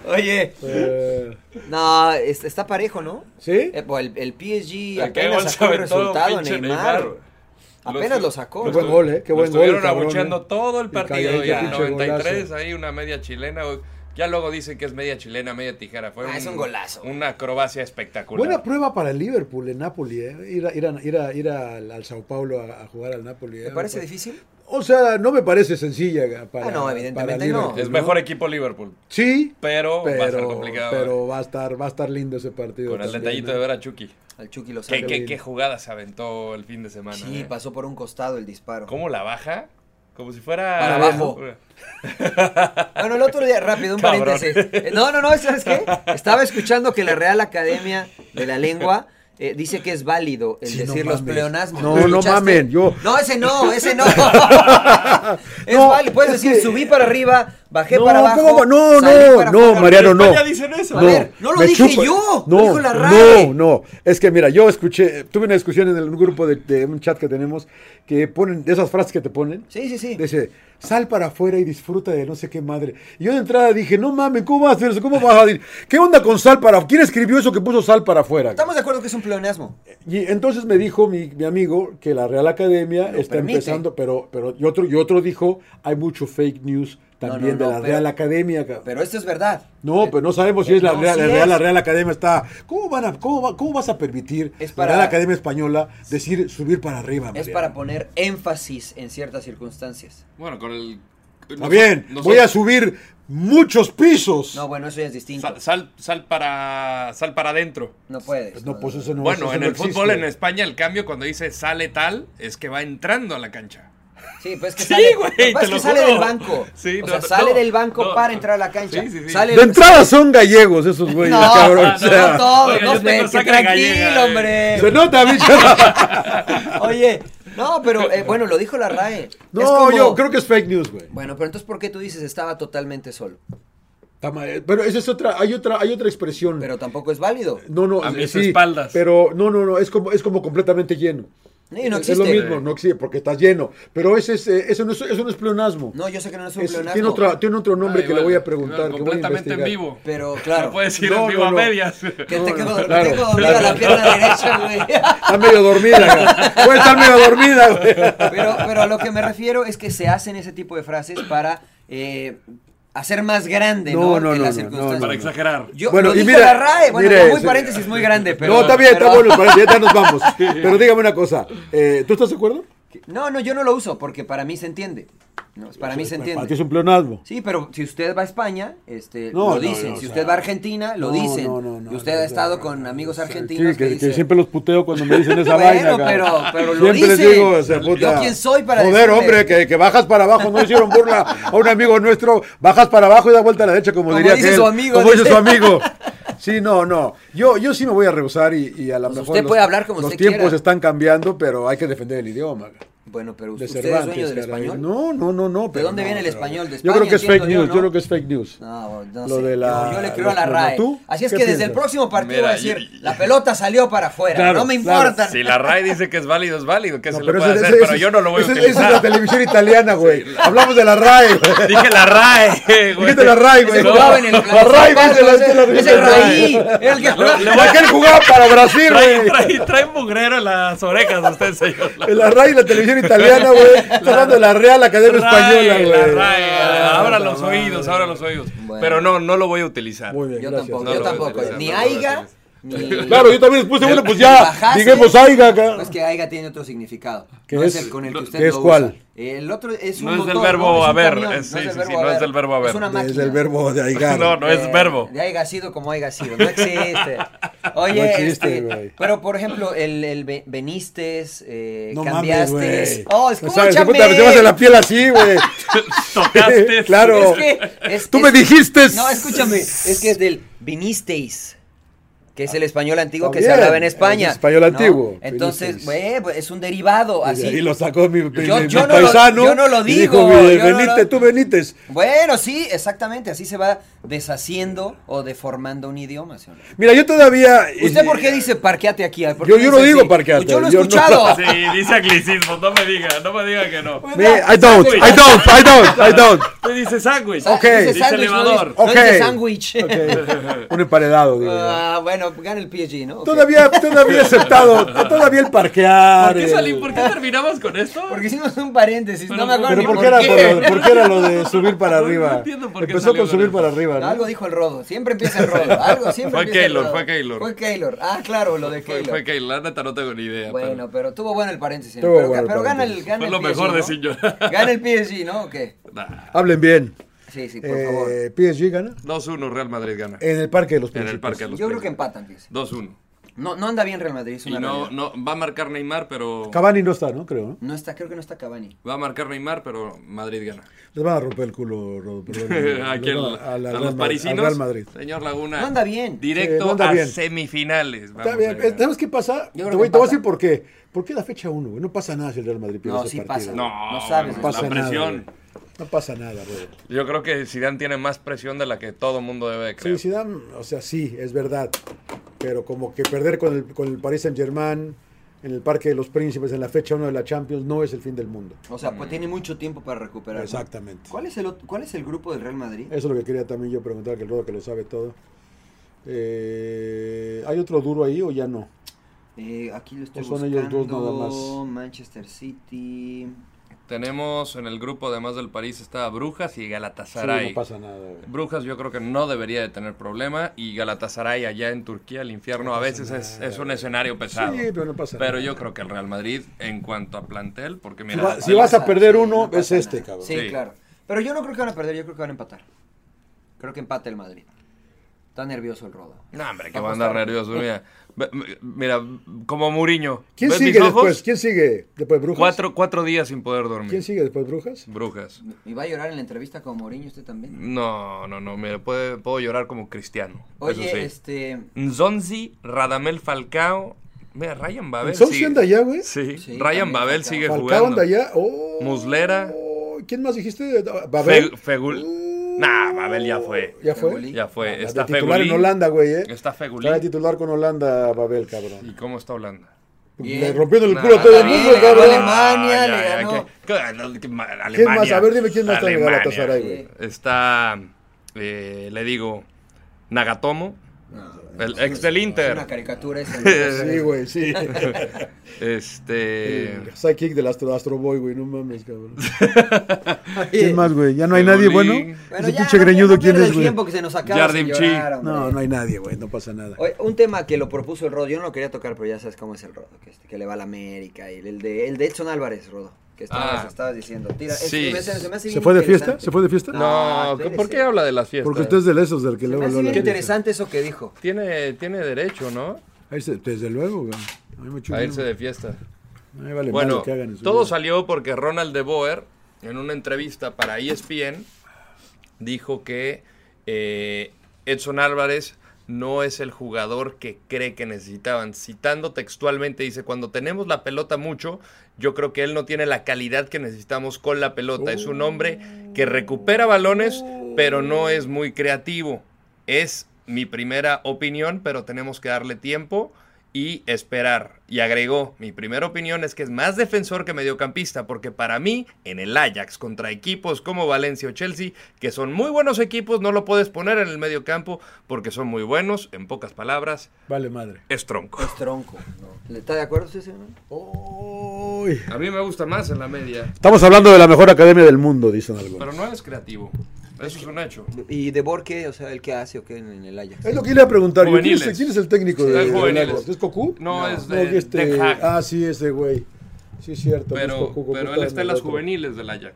Oye, Eh, no, es- está parejo, ¿no? ¿Sí? Eh, pues, el, el PSG El que apenas gol sacó sobre el todo, resultado, pinche Neymar. Apenas lo sacó. Qué buen gol, ¿eh? Qué Lo buen gol, Estuvieron cabrón, abucheando ¿eh? todo el Y partido cayó ya. ese pinche 93, golazo. ahí una media chilena. o- Ya luego dicen que es media chilena, media tijera. Fue Ah, es un golazo. Una acrobacia espectacular. Buena prueba para el Liverpool en Napoli, ¿eh? Ir, a- ir a- ir a- ir al, al Sao Paulo a, a jugar al Napoli. ¿eh? ¿Te parece Me pa- difícil? O sea, no me parece sencilla eh, para. Ah, no, para evidentemente Liverpool, no. es mejor equipo Liverpool. Sí, Pero, va a ser pero, complicado. eh. pero va a estar va a estar lindo ese partido. con el también, detallito ¿eh? de ver a Chucky. Al Chucky lo ¿Qué, Qué qué, lindo. qué jugada se aventó el fin de semana? Sí, eh? pasó por un costado el disparo. ¿Cómo la baja? Como si fuera. Para abajo. Bueno, el otro día, rápido, un Cabrón. paréntesis. Eh, No, no, no, ¿sabes qué? Estaba escuchando que la Real Academia de la Lengua eh, dice que es válido el Sí, no decir los mames. pleonasmos. No, ¿Lo no escuchaste? mamen, yo- No, ese no, ese no. es No, válido, puedes es decir, que- subí para arriba, bajé No, para abajo. ¿cómo va? No, salí no, para no, afuera. Mariano, no. Ya dicen eso. A ver, no lo me dije yo, lo No, dijo la RAE. no, no. Es que mira, yo escuché, tuve una discusión en el- un grupo de, de un chat que tenemos que ponen de esas frases que te ponen. Sí, sí, sí. Dice, sal para afuera y disfruta de no sé qué madre. Y yo de entrada dije, no mames, ¿cómo vas a hacer eso? ¿Cómo vas a decir? ¿Qué onda con sal para ¿Quién escribió eso que puso sal para afuera? Estamos de acuerdo que es un pleonasmo. Y entonces me dijo mi, mi amigo que la Real Academia Lo está permite. empezando, pero, pero y otro, y otro dijo, hay mucho fake news también de no, no, la pero- Real Academia. cabrón". Pero esto es verdad. No, pero no sabemos si eh, es la no, Real, sí la, Real, la es. Real Academia está. ¿Cómo van a, cómo va- cómo vas a permitir Es la para- Real Academia española decir subir para arriba? Es Mariano? para poner énfasis en ciertas circunstancias. Bueno, con el Está bien, voy a subir muchos pisos. No, bueno, eso ya es distinto. Sal, sal, sal para, sal para adentro. No puedes. Pues no, pues eso no Bueno, eso en no el fútbol existe. en España el cambio cuando dice sale tal es que va entrando a la cancha. Sí, pues que Sí, sale, güey, lo que pasa te es que lo sale juro. del banco. Sí, o no, sea, no, sale no, del banco no, para no. entrar a la cancha. Sí, sí, sí. Sale De entrada son gallegos esos güeyes, No, cabrón. O no, sea, no todos, Oiga, no, yo tengo vete, sangre gallega, tranquilo, eh. hombre. Se nota, bicho. Oye, no, pero eh, bueno, lo dijo la RAE. No, Es como- yo creo que es fake news, güey. Bueno, pero entonces, ¿por qué tú dices estaba totalmente solo? Está mal, eh, Pero esa es otra, hay otra, hay otra expresión. Pero tampoco es válido. no, no, eh, A mis sí, espaldas. Pero no, no, no, es como, es como completamente lleno. Sí, no Es- Es lo existe. mismo, no existe, porque estás lleno. Pero ese es, eh, eso, no es, eso no es pleonasmo. No, yo sé que no es un Es- pleonasmo. tiene, otra- tiene otro nombre Ah, que igual, le voy a preguntar. igual, que voy a completamente en investigar. vivo. Pero claro, No puedes ir No, en vivo no, a no. medias. que te No, quedo, no, te claro, quedo dormida la pierna derecha, güey. Está medio dormida, güey. Puede estar medio dormida, güey. Pero, pero a lo que me refiero es que se hacen ese tipo de frases para eh, hacer más grande, No, ¿no? no, Que no, las no, circunstancias. no, Para no. exagerar. Yo, Bueno, lo y dijo mira, la RAE, bueno, mire, muy sí. paréntesis muy grande, pero... no, está bien, está pero- bueno, parece, ya nos vamos. Pero dígame una cosa, eh, ¿tú estás de acuerdo? No, no, yo no lo uso porque para mí se entiende. No, para mí se entiende. Para ti es un pleonasmo. Sí, pero si usted va a España, este, No, lo no, dicen. no, o si sea, usted va a Argentina, lo no, dicen. no, no, no, y usted no, ha no, estado no, con amigos Sí, argentinos que, que, que dicen, siempre los puteo cuando me dicen esa Bueno, vaina. cabrón. pero- pero lo siempre les dicen. digo, o sea, ¿Yo puta, quién soy para Joder, decirle? hombre, que, que bajas para abajo, no hicieron burla a un amigo nuestro, bajas para abajo y da vuelta a la derecha, como, Como diría dice aquel, su amigo, Como dice dice. su amigo. Sí, no, no. Yo, yo sí me voy a rehusar y, y a lo Pues mejor. usted puede hablar como Los usted tiempos quiera. están cambiando, pero hay que defender el idioma. Bueno, pero De Pues, usted es Cervantes, dueño del caray. español. No, no, no, no. pero dónde no, viene el pero- español? De yo creo España, que es fake entiendo yo, news, ¿no? yo creo que es fake news. No, no Lo sé. de la- yo, yo le creo a la los- RAE. ¿tú? Así es que ¿Qué desde el piensas? próximo partido va a Mira, decir, yo- la pelota salió para afuera, Claro, no me claro. importa. Si la RAE dice que es válido, es válido, que se le pero puede ese- hacer, ese- pero ese- yo no lo voy a ese- utilizar. Esa es la televisión italiana, güey. Hablamos de la RAE. güey. Dije la RAE, güey. Dijiste la RAE, güey. No. jugaba en el- La RAE, güey. se la- se la- Ese- se la- Raí, el que- Aquel jugaba para Brasil, Trae, güey. trae, trae mugrero en las orejas usted, señor. La RAE y la televisión italiana, güey. Está hablando de la Real Academia Española, RAE, güey. La RAE, Ah, abra la los madre. oídos, abra los oídos. Bueno. Pero no, no lo voy a utilizar. Muy bien, Yo gracias. tampoco, No lo yo voy a tampoco. utilizar, Ni no lo voy a Aiga, ni... Claro, yo también les puse, bueno, pues ya, Bajaste, digamos aiga. ca- Pues que aiga tiene otro significado. ¿Qué no es, es? el con el que ¿Qué usted es lo cuál? usa. El otro es un No es del motor, verbo ¿no? Es un haber, camión, es- no es sí, del sí, verbo sí, no es del verbo haber. Es una máquina. Desde el verbo de aigar. No, no es Eh, verbo. De haya sido como haya sido. No existe. Oye, No existe, este, güey. pero por ejemplo, el, el ve- veniste, eh, No cambiaste. mames, güey. oh, No sabes, escúchame. puta, me llevas de la piel así, güey. Tocaste. claro. Es que es- Tú es- me dijiste. No, escúchame. Es que es del vinisteis. Que es el español antiguo que se También, hablaba en España. es español ¿no? antiguo, Entonces, vinisteis. güey, pues, es un derivado Y de así. ahí lo sacó mi, mi- Yo- mi yo no lo- paisano. yo no lo y digo, dijo, mi- yo no lo- Benítez, tú Benítez. Bueno, sí, exactamente. Así se va deshaciendo o deformando un idioma, señor. Mira, yo todavía. ¿Usted por qué dice parqueate aquí? ¿Por qué Yo- yo no dice digo así? parqueate, Yo lo he yo no. escuchado. Sí, dice anglicismo, no me diga, no me diga que no. Me- I don't, I don't, I don't, I don't. Tú dices sándwich. Ah, Ok. Dice Dice sándwich, no dice- elevador. no dice Ok. sándwich. Ok. Un emparedado, digo. yo. Ah, bueno, gana el PSG, ¿no? Ok. Todavía, todavía aceptado, todavía el parquear. ¿Por qué el- salí? ¿Por qué terminamos con esto? Porque hicimos un paréntesis, no Pero- me acuerdo Pero ni ¿por qué, era por lo, por qué era lo de subir para No, no arriba? entiendo por qué Empezó salió con subir con para arriba, Algo ¿no? dijo el Rodo, siempre empieza el Rodo. Algo, siempre Fue empieza el Keylor, Rodo. fue Keylor. Fue Keylor. Ah, claro, lo de Fue, Keylor. fue que la neta no tengo ni idea. Bueno, pero tuvo bueno el paréntesis. Tuvo pero bueno el pero gana el paréntesis. gana Fue el lo PSG, mejor de ¿no? sin llorar. Gana el PSG, ¿no? ¿O qué? pero- Nah. Hablen bien. Sí, sí, por favor. Eh, PSG gana 2-1 Real Madrid gana. en el Parque de los En Príncipes. el Parque de los Yo creo que Príncipes. empatan, fíjese. 2-1. No, no anda bien Real Madrid, es Y una no, realidad. no, va a marcar Neymar, pero... Cavani no está, ¿no? Creo, ¿no? No está, creo que no está Cavani. Va a marcar Neymar, pero Madrid gana. Les van a romper el culo, Rodo, perdón. Aquí Les al- van a- a la a Real los Ma- parisinos. Al Real Madrid. Señor Laguna. No anda bien. Sí, Directo no anda a bien. semifinales. Está Vamos bien. a eh, ganar. ¿Sabes qué pasa? Te voy, creo que te voy a empata. decir por qué. ¿Por qué la fecha 1, güey? No pasa nada si el Real Madrid pierde No, ese sí partido. güey. pasa. No, No sabes, bueno, No pasa la nada. presión. güey. No pasa nada, Rodo. Yo creo que Zidane tiene más presión de la que todo mundo debe de creer. Sí, Zidane, o sea, sí, es verdad. Pero como que perder con el, con el Paris Saint-Germain en el Parque de los Príncipes en la fecha 1 de la Champions no es el fin del mundo. O sea, pues tiene mucho tiempo para recuperar. Exactamente. ¿Cuál es el ot- cuál es el grupo del Real Madrid? Eso es lo que quería también yo preguntar, que el Rodo que lo sabe todo. Eh, ¿Hay otro duro ahí o ya no? Eh, aquí lo estoy ¿O son buscando. ellos dos nada más? Manchester City. Tenemos en el grupo, además del París, está Brujas y Sí, Galatasaray. no pasa nada. güey. Brujas yo creo que no debería de tener problema y Galatasaray allá en Turquía, el infierno, a veces es, es un escenario pesado. Sí, pero no pasa Pero nada. yo creo que el Real Madrid, en cuanto a plantel, porque Si, mira... va- si el- vas a perder Sí, uno, no es pasa este, nada. cabrón. Sí, Sí. claro. Pero yo no creo que van a perder, yo creo que van a empatar. Creo que empate el Madrid. Está nervioso el Rodo. No, hombre, que va a andar nervioso. Mira, Ve- m- mira como Muriño. ¿Quién sigue después? ¿Quién sigue después Brujas? Cuatro, cuatro días sin poder dormir. ¿Quién sigue después Brujas? Brujas. ¿Y va a llorar en la entrevista con Mourinho usted también? No, no, no. Mira, puede- puedo llorar como cristiano. Oye, eso sí. este... Nzonzi, Radamel Falcao. Mira, Ryan Babel. ¿Son sigue. anda allá, güey? Sí, Sí, Ryan también Babel Falcao. sigue Falcao jugando. anda allá. Oh, Muslera. ¿Quién más dijiste? Ah, Babel. Fe- Fegul- Uh, Nah, Babel ya fue. ¿Ya fue? Fegulí. Ya fue. Ah, está de titular Fegulín. en Holanda, güey, ¿eh? Está Fegulín. Está de titular con Holanda, Babel, cabrón. ¿Y cómo está Holanda? Bien. Le rompiendo el Nah, culo a todo el está mundo, bien, le ganó cabrón. Alemania. Ah, le ya, ya, ganó. que- que- Alemania. ¿Quién más? A ver, dime quién más está en el Alemania. Galatasaray, güey. Está, eh, le digo, Nagatomo, el ex del Es una Inter. caricatura esa. Sí, güey, sí. Este. Sidekick del Astro, Astro Boy, güey, no mames, cabrón. ¿Quién más, güey? ¿Ya no hay Fegulín. nadie bueno? Bueno, Ese ya, pinche no- greñudo, no ¿quién pierda es, el güey? tiempo que se nos acaba Jardim sin Chi. llorar, hombre. No, no hay nadie, güey, no pasa nada. Oye, un tema que lo propuso el Rodo, yo no lo quería tocar, pero ya sabes cómo es el Rodo, que, este- que le va a la América, y el de, el de Edson Álvarez, Rodo, que estabas, Ah. estabas diciendo. Tira, es- Sí. se me hace- se me hace ¿Se bien fue de interesante. fiesta? ¿Se fue de fiesta? No, Ah, espérese. ¿por qué habla de las fiestas? Porque usted es de esos del que Se me luego hace luego bien le- interesante eso que dijo. tiene, tiene derecho, ¿no? Ahí se- Desde luego, güey. A mí me chupa. A irse de fiesta. Ahí vale bueno, madre que hagan eso. todo salió porque Ronald de Boer, en una entrevista para E ESPN, dijo que eh, Edson Álvarez no es el jugador que cree que necesitaban. Citando textualmente, dice, cuando tenemos la pelota mucho, yo creo que él no tiene la calidad que necesitamos con la pelota. Es un hombre que recupera balones, pero no es muy creativo. Es mi primera opinión, pero tenemos que darle tiempo y esperar. Y agregó, mi primera opinión es que es más defensor que mediocampista, porque para mí, en el Ajax, contra equipos como Valencia o Chelsea, que son muy buenos equipos, no lo puedes poner en el mediocampo porque son muy buenos, en pocas palabras, Vale madre. es tronco. Es tronco. ¿no? ¿Le está de acuerdo usted, señor? Uy. A mí me gusta más en la media, Estamos hablando de la mejor academia del mundo, dicen algunos. pero no es creativo. Eso es un hecho. ¿Y de Bor qué? O sea, ¿el qué hace o qué en, en el Ajax? Es lo que le iba a preguntar. yo. ¿Quién es, Juveniles. quién es el técnico Sí, de, es de juveniles. Olagos? ¿Es Cocu? No, es de, No, que este- de Hag, Ah, sí, ese güey. Sí, es cierto. no es pero, Cocu, Cocu pero él está en las otro. juveniles del Ajax.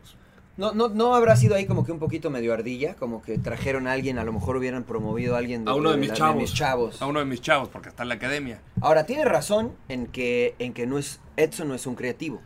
No, no, ¿No habrá sido ahí como que un poquito medio ardilla? Como que trajeron a alguien, a lo mejor hubieran promovido a alguien A uno de mis la- chavos. chavos. A uno de mis chavos, porque está en la academia. Ahora, tiene razón en que, en que no es, Edson no es un creativo.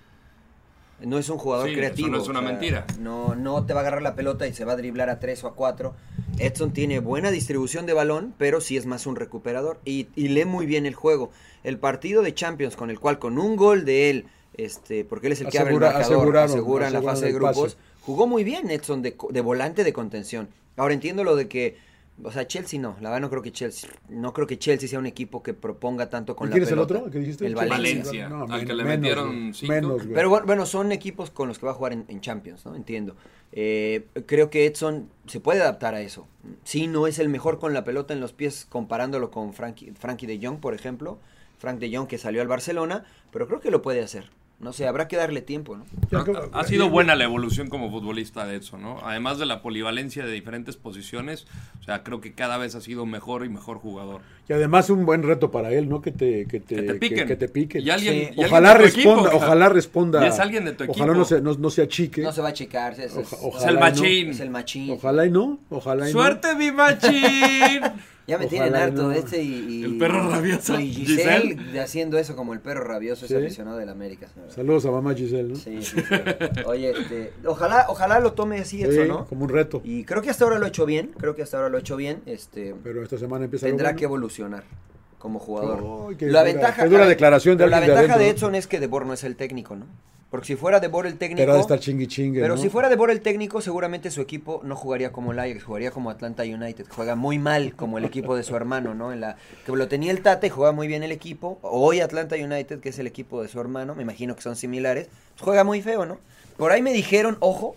No es un jugador Sí, eso creativo. no es una mentira. No, no te va a agarrar la pelota y se va a driblar a tres o a cuatro. Edson tiene buena distribución de balón, pero sí es más un recuperador y, y lee muy bien el juego. El partido de Champions, con el cual con un gol de él, este, porque él es el que abre el Asegura- marcador, aseguraron, asegura en la fase de aseguraron el grupos, pase. jugó muy bien Edson de, co- de volante de contención. Ahora entiendo lo de que, o sea, Chelsea no, la verdad no creo que Chelsea, no creo que Chelsea sea un equipo que proponga tanto con ¿Y la quién es el pelota. otro? ¿El que dijiste? El Valencia. Valencia. al que men- le menos, metieron güey. cinco. Menos, güey. Pero bu- bueno, son equipos con los que va a jugar en, en Champions, ¿no? Entiendo. Eh, creo que Edson se puede adaptar a eso. Sí, no es el mejor con la pelota en los pies comparándolo con Frankie, Frankie de Jong, por ejemplo. Frank de Jong que salió al Barcelona, pero creo que lo puede hacer. No sé, habrá que darle tiempo, ¿no? Ya que- Ha, ha sido buena la evolución como futbolista de Edson, ¿no? Además de la polivalencia de diferentes posiciones, o sea, creo que cada vez ha sido mejor y mejor jugador. Y además un buen reto para él, ¿no? Que te, que te, Que te piquen. que- que te piquen. Y alguien- Sí. y alguien Ojalá de tu equipo, responda, o sea, ojalá responda. Y es alguien de tu equipo. Ojalá no se, no, no se achique. No se va a checar. Es, es- Oja- Es el y no. machín. es el machín. Ojalá y no, ojalá y no. ¡Suerte, mi machín! Ya me Ojalá tienen y harto no. de este y, y- El perro rabioso, Y Giselle, Giselle. de haciendo eso como el perro rabioso, Sí. ese aficionado del América. señora. Saludos a mamá Giselle, ¿no? Sí, sí, sí. Oye, este, ojalá, ojalá lo tome así Sí, eso, ¿no? como un reto. Y creo que hasta ahora lo ha hecho bien, creo que hasta ahora lo ha hecho bien, este Pero esta semana empieza tendrá algo que bueno. evolucionar como jugador. Ay, qué dura- qué dura a ver, declaración de pero la alguien de ventaja de adentro, ¿no? Edson es que De Boer no es el técnico, ¿no? Porque si fuera De Boer el técnico, Pero ha de estar chingui chingue, pero ¿no? si fuera De Boer el técnico, seguramente su equipo no jugaría como el Ajax, jugaría como Atlanta United. Juega muy mal como el equipo de su hermano, ¿no? En la, que lo tenía el Tate, jugaba muy bien el equipo. Hoy Atlanta United, que es el equipo de su hermano, me imagino que son similares, juega muy feo, ¿no? Por ahí me dijeron, ojo,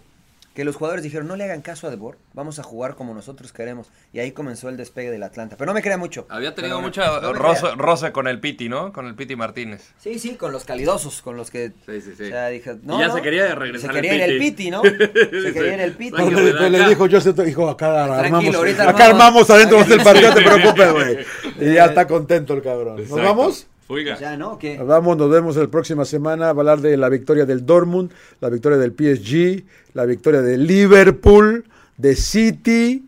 que los jugadores dijeron, no le hagan caso a De Boer, vamos a jugar como nosotros queremos. Y ahí comenzó el despegue del Atlanta. Pero no me crea mucho. Había tenido No, no, mucha no me rosa, crea. rosa con el Piti, ¿no? Con el Piti Martínez. Sí, sí, con los calidosos, con los que... Sí, sí, sí. O sea, dije, no, Y ya no, se quería regresar Se al quería ir el Piti. piti, ¿no? Se Sí. quería ir el piti. Pues Hay que Pero ver le acá. dijo, yo sé, to- dijo, acá armamos, ahorita acá armamos armamos. adentro va a ser el partido, no te preocupes, güey. Y ya está contento el cabrón. ¿Nos Exacto. vamos? Oiga, Ya, ¿no? ¿Qué? Vamos, nos vemos la próxima semana. Va a hablar de la victoria del Dortmund, la victoria del PSG, la victoria de Liverpool, de City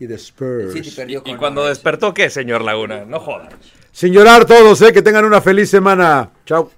y de Spurs. City perdió y, y con cuando Norwich. despertó, ¿qué, señor Laguna? No joda. Sin llorar todos, eh, que tengan una feliz semana. Chao.